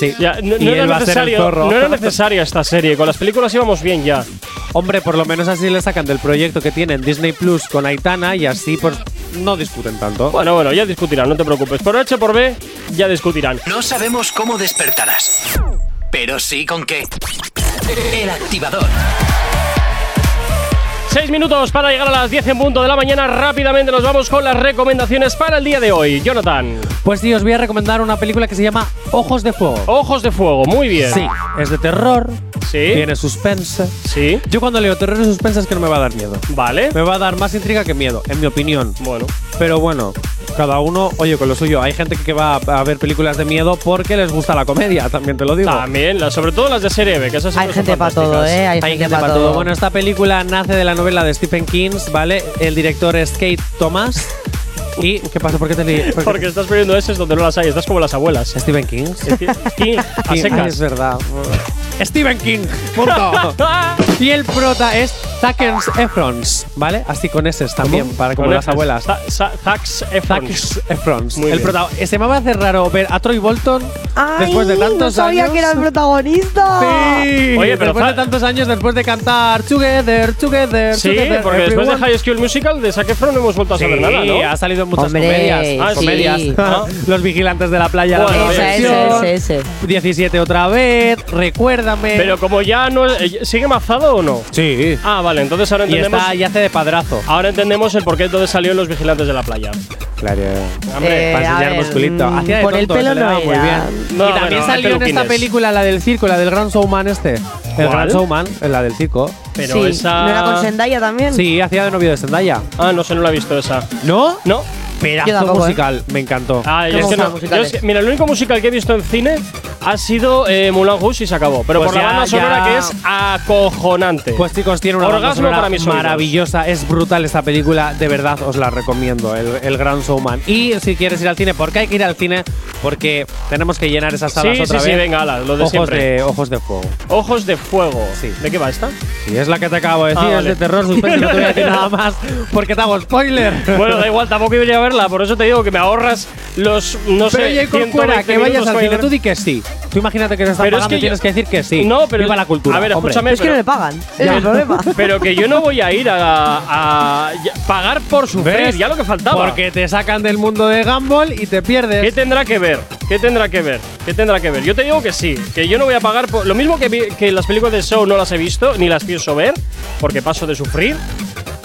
[SPEAKER 2] Sí,
[SPEAKER 1] Ya, no,
[SPEAKER 2] y
[SPEAKER 1] no
[SPEAKER 2] él
[SPEAKER 1] era
[SPEAKER 2] va a ser el
[SPEAKER 1] necesario,
[SPEAKER 2] zorro.
[SPEAKER 1] no era necesaria esta serie. Con las películas íbamos bien ya.
[SPEAKER 2] Hombre, por lo menos así le sacan del proyecto que tienen Disney Plus con Aitana y así pues no discuten tanto.
[SPEAKER 1] Bueno, bueno, ya discutirán, no te preocupes. Por H por B, ya discutirán.
[SPEAKER 5] No sabemos cómo despertarás, pero sí con qué. El activador.
[SPEAKER 1] Seis minutos para llegar a las 10 en punto de la mañana. Rápidamente nos vamos con las recomendaciones para el día de hoy. Jonathan,
[SPEAKER 2] Pues sí, os voy a recomendar una película que se llama Ojos de Fuego.
[SPEAKER 1] Ojos de Fuego, muy bien.
[SPEAKER 2] Sí, es de terror,
[SPEAKER 1] Sí.
[SPEAKER 2] tiene suspense.
[SPEAKER 1] Sí,
[SPEAKER 2] Yo cuando leo terror y suspense es que no me va a dar miedo.
[SPEAKER 1] vale.
[SPEAKER 2] Me va a dar más intriga que miedo, en mi opinión.
[SPEAKER 1] Bueno,
[SPEAKER 2] Pero bueno, cada uno, oye, con lo suyo. Hay gente que va a a ver películas de miedo porque les gusta la comedia, también te lo digo.
[SPEAKER 1] también, las- sobre todo las de serie B, que esas
[SPEAKER 4] Hay
[SPEAKER 1] siempre son
[SPEAKER 4] gente para todo,
[SPEAKER 1] fantásticas.
[SPEAKER 4] ¿eh? Hay,
[SPEAKER 2] Hay gente para todo. Bueno, esta película nace de la novela de Stephen King, ¿vale? El director es Kate Thomas. ¿Y qué pasa? ¿Por qué te li- por qué-
[SPEAKER 1] Porque estás poniendo S donde no las hay, estás como las abuelas.
[SPEAKER 2] Stephen King.
[SPEAKER 1] King, a
[SPEAKER 2] King, ay, Es
[SPEAKER 1] secas.
[SPEAKER 2] verdad. Stephen King. punto. y el prota es Zackens Efrons, ¿vale? Así con S también, para como
[SPEAKER 1] Con
[SPEAKER 2] las
[SPEAKER 1] Fs.
[SPEAKER 2] abuelas.
[SPEAKER 1] Za- Za- Zax Efron.
[SPEAKER 2] Zackens Efrons.
[SPEAKER 1] Muy
[SPEAKER 2] El
[SPEAKER 1] bien.
[SPEAKER 2] prota. eh, Se me va a hacer raro ver a Troy Bolton
[SPEAKER 4] Ay,
[SPEAKER 2] después de tantos
[SPEAKER 4] no sabía
[SPEAKER 2] años.
[SPEAKER 4] que era el protagonista.
[SPEAKER 2] Sí.
[SPEAKER 1] Oye, pero
[SPEAKER 2] después de
[SPEAKER 1] Za-
[SPEAKER 2] tantos años, después de cantar Together, Together,
[SPEAKER 1] Sí,
[SPEAKER 2] Together.
[SPEAKER 1] porque después de
[SPEAKER 2] everyone.
[SPEAKER 1] High School Musical, de Zac Efron no hemos vuelto a saber
[SPEAKER 2] Sí,
[SPEAKER 1] nada, ¿no?
[SPEAKER 2] ha salido en muchas
[SPEAKER 4] Hombre,
[SPEAKER 2] comedias.
[SPEAKER 4] sí.
[SPEAKER 1] Ah,
[SPEAKER 2] comedias. Los vigilantes de la playa.
[SPEAKER 1] Bueno,
[SPEAKER 2] la
[SPEAKER 4] Ese, ese,
[SPEAKER 2] Perfección,
[SPEAKER 4] ese, ese.
[SPEAKER 2] 17 otra vez. Recuérdame.
[SPEAKER 1] Pero como ya no. eh, ¿Sigue mazado o no?
[SPEAKER 2] sí.
[SPEAKER 1] Ah, vale, entonces ahora
[SPEAKER 2] Y
[SPEAKER 1] entendemos.
[SPEAKER 2] está y hace de padrazo.
[SPEAKER 1] Ahora entendemos el por qué entonces salió en Los Vigilantes de la Playa.
[SPEAKER 2] Claro.
[SPEAKER 4] Eh,
[SPEAKER 2] para
[SPEAKER 4] a
[SPEAKER 2] enseñar
[SPEAKER 4] ver,
[SPEAKER 2] musculito.
[SPEAKER 4] mm,
[SPEAKER 2] Hacía de
[SPEAKER 4] por el
[SPEAKER 2] tonto, se
[SPEAKER 4] pelo
[SPEAKER 2] le
[SPEAKER 4] no
[SPEAKER 2] daba muy
[SPEAKER 4] era.
[SPEAKER 2] bien.
[SPEAKER 1] No,
[SPEAKER 2] y también
[SPEAKER 1] bueno,
[SPEAKER 2] salió en esta
[SPEAKER 1] peluquines.
[SPEAKER 2] película la del circo, la del Grand Showman este. El
[SPEAKER 1] ¿Cuál?
[SPEAKER 2] Grand Showman, la del circo.
[SPEAKER 1] Pero
[SPEAKER 4] sí.
[SPEAKER 1] esa.
[SPEAKER 4] ¿No era con Zendaya también?
[SPEAKER 2] Sí, hacía de novio de Zendaya.
[SPEAKER 1] Ah, no sé, no la he visto esa.
[SPEAKER 2] ¿No?
[SPEAKER 1] ¿No?
[SPEAKER 2] Pedazo
[SPEAKER 4] Yo tampoco, ¿eh?
[SPEAKER 2] musical. Me encantó.
[SPEAKER 1] Ah,
[SPEAKER 4] ¿Qué
[SPEAKER 1] es
[SPEAKER 4] me
[SPEAKER 1] que
[SPEAKER 4] gustan
[SPEAKER 1] no.
[SPEAKER 4] los musicales?
[SPEAKER 1] Yo es que- mira, el único musical que he visto en cine ha sido eh, Moulin Rouge y se acabó. Pero
[SPEAKER 2] Pues
[SPEAKER 1] por la
[SPEAKER 2] ya-
[SPEAKER 1] banda sonora
[SPEAKER 2] ya-
[SPEAKER 1] que es acojonante.
[SPEAKER 2] Pues chicos, tiene una
[SPEAKER 1] Orgasmo
[SPEAKER 2] banda sonora
[SPEAKER 1] para mis oídos.
[SPEAKER 2] maravillosa, es brutal esta película, de verdad os la recomiendo, el, el Gran Showman. Y si quieres ir al cine, porque hay que ir al cine, porque tenemos que llenar esas salas
[SPEAKER 1] sí, sí,
[SPEAKER 2] otra
[SPEAKER 1] sí,
[SPEAKER 2] vez.
[SPEAKER 1] venga, ala, lo de
[SPEAKER 2] ojos,
[SPEAKER 1] siempre.
[SPEAKER 2] de, ojos de fuego.
[SPEAKER 1] Ojos de fuego.
[SPEAKER 2] Sí.
[SPEAKER 1] ¿De qué va esta?
[SPEAKER 2] Sí, es la que te acabo de
[SPEAKER 1] Ah,
[SPEAKER 2] decir,
[SPEAKER 1] vale.
[SPEAKER 2] es de terror, suspense, no te voy a decir nada más, porque te hago spoiler.
[SPEAKER 1] Bueno, da igual, tampoco iba a verla, por eso te digo que me ahorras los, no
[SPEAKER 2] Pero
[SPEAKER 1] sé,
[SPEAKER 2] oye, Corcuera,
[SPEAKER 1] 120
[SPEAKER 2] que vayas
[SPEAKER 1] minutos
[SPEAKER 2] al
[SPEAKER 1] para ir
[SPEAKER 2] cine,
[SPEAKER 1] a
[SPEAKER 2] tú
[SPEAKER 1] ver-
[SPEAKER 2] di que sí. Tú imagínate que te están
[SPEAKER 1] Pero es
[SPEAKER 2] pagando
[SPEAKER 1] que
[SPEAKER 2] y tienes
[SPEAKER 1] yo-
[SPEAKER 2] que decir que sí.
[SPEAKER 1] No, pero-
[SPEAKER 2] Viva la cultura,
[SPEAKER 1] a ver,
[SPEAKER 2] hombre.
[SPEAKER 1] escúchame.
[SPEAKER 4] Es que
[SPEAKER 1] pero-
[SPEAKER 4] no le pagan. Es
[SPEAKER 1] Ya.
[SPEAKER 4] el problema.
[SPEAKER 1] Pero que yo no voy a ir a, a- ya- pagar por sufrir,
[SPEAKER 2] ¿Ves?
[SPEAKER 1] ya lo que faltaba.
[SPEAKER 2] Porque te sacan del mundo de Gumball y te pierdes.
[SPEAKER 1] ¿Qué tendrá que ver? ¿Qué tendrá que ver? ¿Qué tendrá que ver? Yo te digo que sí, que yo no voy a pagar por. Lo mismo que, vi- que las películas de show no las he visto, ni las pienso ver, porque paso de sufrir.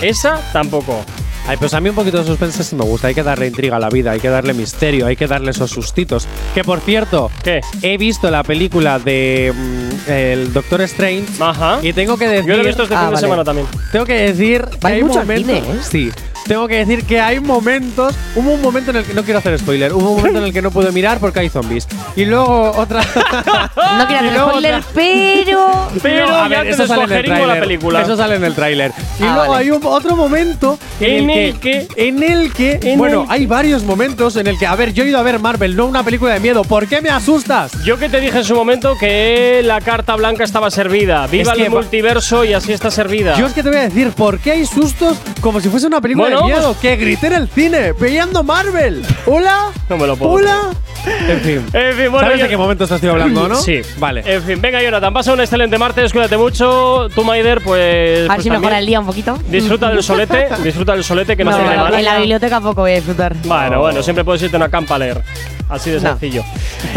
[SPEAKER 1] Esa tampoco.
[SPEAKER 2] Ay, pues a mí un poquito de suspense sí me gusta. Hay que darle intriga a la vida, hay que darle misterio, hay que darle esos sustitos. Que por cierto,
[SPEAKER 1] ¿Qué?
[SPEAKER 2] he visto la película de mm, el Doctor Strange
[SPEAKER 1] Ajá.
[SPEAKER 2] y tengo que decir.
[SPEAKER 1] Ah. Yo lo he visto este
[SPEAKER 6] Ah,
[SPEAKER 1] fin de
[SPEAKER 6] vale.
[SPEAKER 1] semana también.
[SPEAKER 2] Tengo que decir que
[SPEAKER 6] Vais
[SPEAKER 2] hay
[SPEAKER 6] mucho al
[SPEAKER 2] momentos.
[SPEAKER 6] cine, ¿eh?
[SPEAKER 2] Sí. Tengo que decir que hay momentos. Hubo un momento en el que no quiero hacer spoiler. Hubo un momento en el que no pude mirar porque hay zombies. Y luego otra.
[SPEAKER 6] No quiero
[SPEAKER 2] Y
[SPEAKER 6] hacer
[SPEAKER 2] luego
[SPEAKER 6] spoiler,
[SPEAKER 2] otra-
[SPEAKER 6] pero.
[SPEAKER 1] Pero
[SPEAKER 2] No, a
[SPEAKER 1] ya
[SPEAKER 2] ver,
[SPEAKER 1] te
[SPEAKER 2] eso sale en el
[SPEAKER 1] descogeringo la
[SPEAKER 2] tráiler.
[SPEAKER 1] película.
[SPEAKER 2] Eso sale en el tráiler. Y
[SPEAKER 6] Ah,
[SPEAKER 2] luego
[SPEAKER 6] vale.
[SPEAKER 2] hay un otro momento en, el que, en el que,
[SPEAKER 1] en
[SPEAKER 2] bueno,
[SPEAKER 1] el que-
[SPEAKER 2] hay varios momentos en el que, a ver, yo he ido a ver Marvel, no una película de miedo. ¿Por qué me asustas?
[SPEAKER 1] Yo que te dije en su momento que la carta blanca estaba servida. Viva
[SPEAKER 2] Es que
[SPEAKER 1] el
[SPEAKER 2] va-
[SPEAKER 1] multiverso y así está servida.
[SPEAKER 2] Yo es que te voy a decir, ¿por qué hay sustos como si fuese una película
[SPEAKER 1] Bueno.
[SPEAKER 2] de miedo? Que grité en el cine, peleando Marvel. Hola.
[SPEAKER 1] No me lo puedo
[SPEAKER 2] Hola. En fin.
[SPEAKER 1] En fin, bueno,
[SPEAKER 2] ¿Sabes
[SPEAKER 1] yo-
[SPEAKER 2] de qué momento estoy hablando, no?
[SPEAKER 1] Sí. Eh,
[SPEAKER 2] Vale.
[SPEAKER 1] En fin, venga, Jonathan, pasa un excelente martes, cuídate mucho. Tú, Maider, pues.
[SPEAKER 6] A ver
[SPEAKER 1] pues
[SPEAKER 6] si mejora
[SPEAKER 1] también
[SPEAKER 6] el día un poquito.
[SPEAKER 1] Disfruta del solete, disfruta del solete que no,
[SPEAKER 6] No,
[SPEAKER 1] se viene mal.
[SPEAKER 6] en la biblioteca poco voy a disfrutar.
[SPEAKER 1] Bueno, bueno, siempre puedes irte a una campa a leer. Así de sencillo.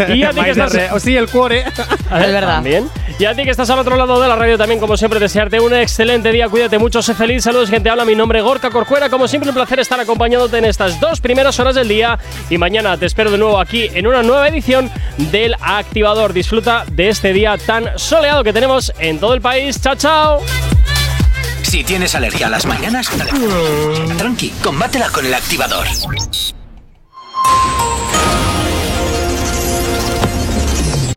[SPEAKER 1] Y a ti que
[SPEAKER 2] Vais de
[SPEAKER 1] estás.
[SPEAKER 2] re- Oh, sí, el cuore.
[SPEAKER 6] Es verdad.
[SPEAKER 1] ¿Eh? También. Y a ti que estás al otro lado de la radio también, como siempre, desearte un excelente día. Cuídate mucho, sé feliz. Saludos, gente. Habla mi nombre, Gorka Corcuera. Como siempre, un placer estar acompañándote en estas dos primeras horas del día. Y mañana te espero de nuevo aquí en una nueva edición del Activador. Disfruta de este día tan soleado que tenemos en todo el país. Chao, chao.
[SPEAKER 5] Si tienes alergia a las mañanas, tranqui, combátela con el activador.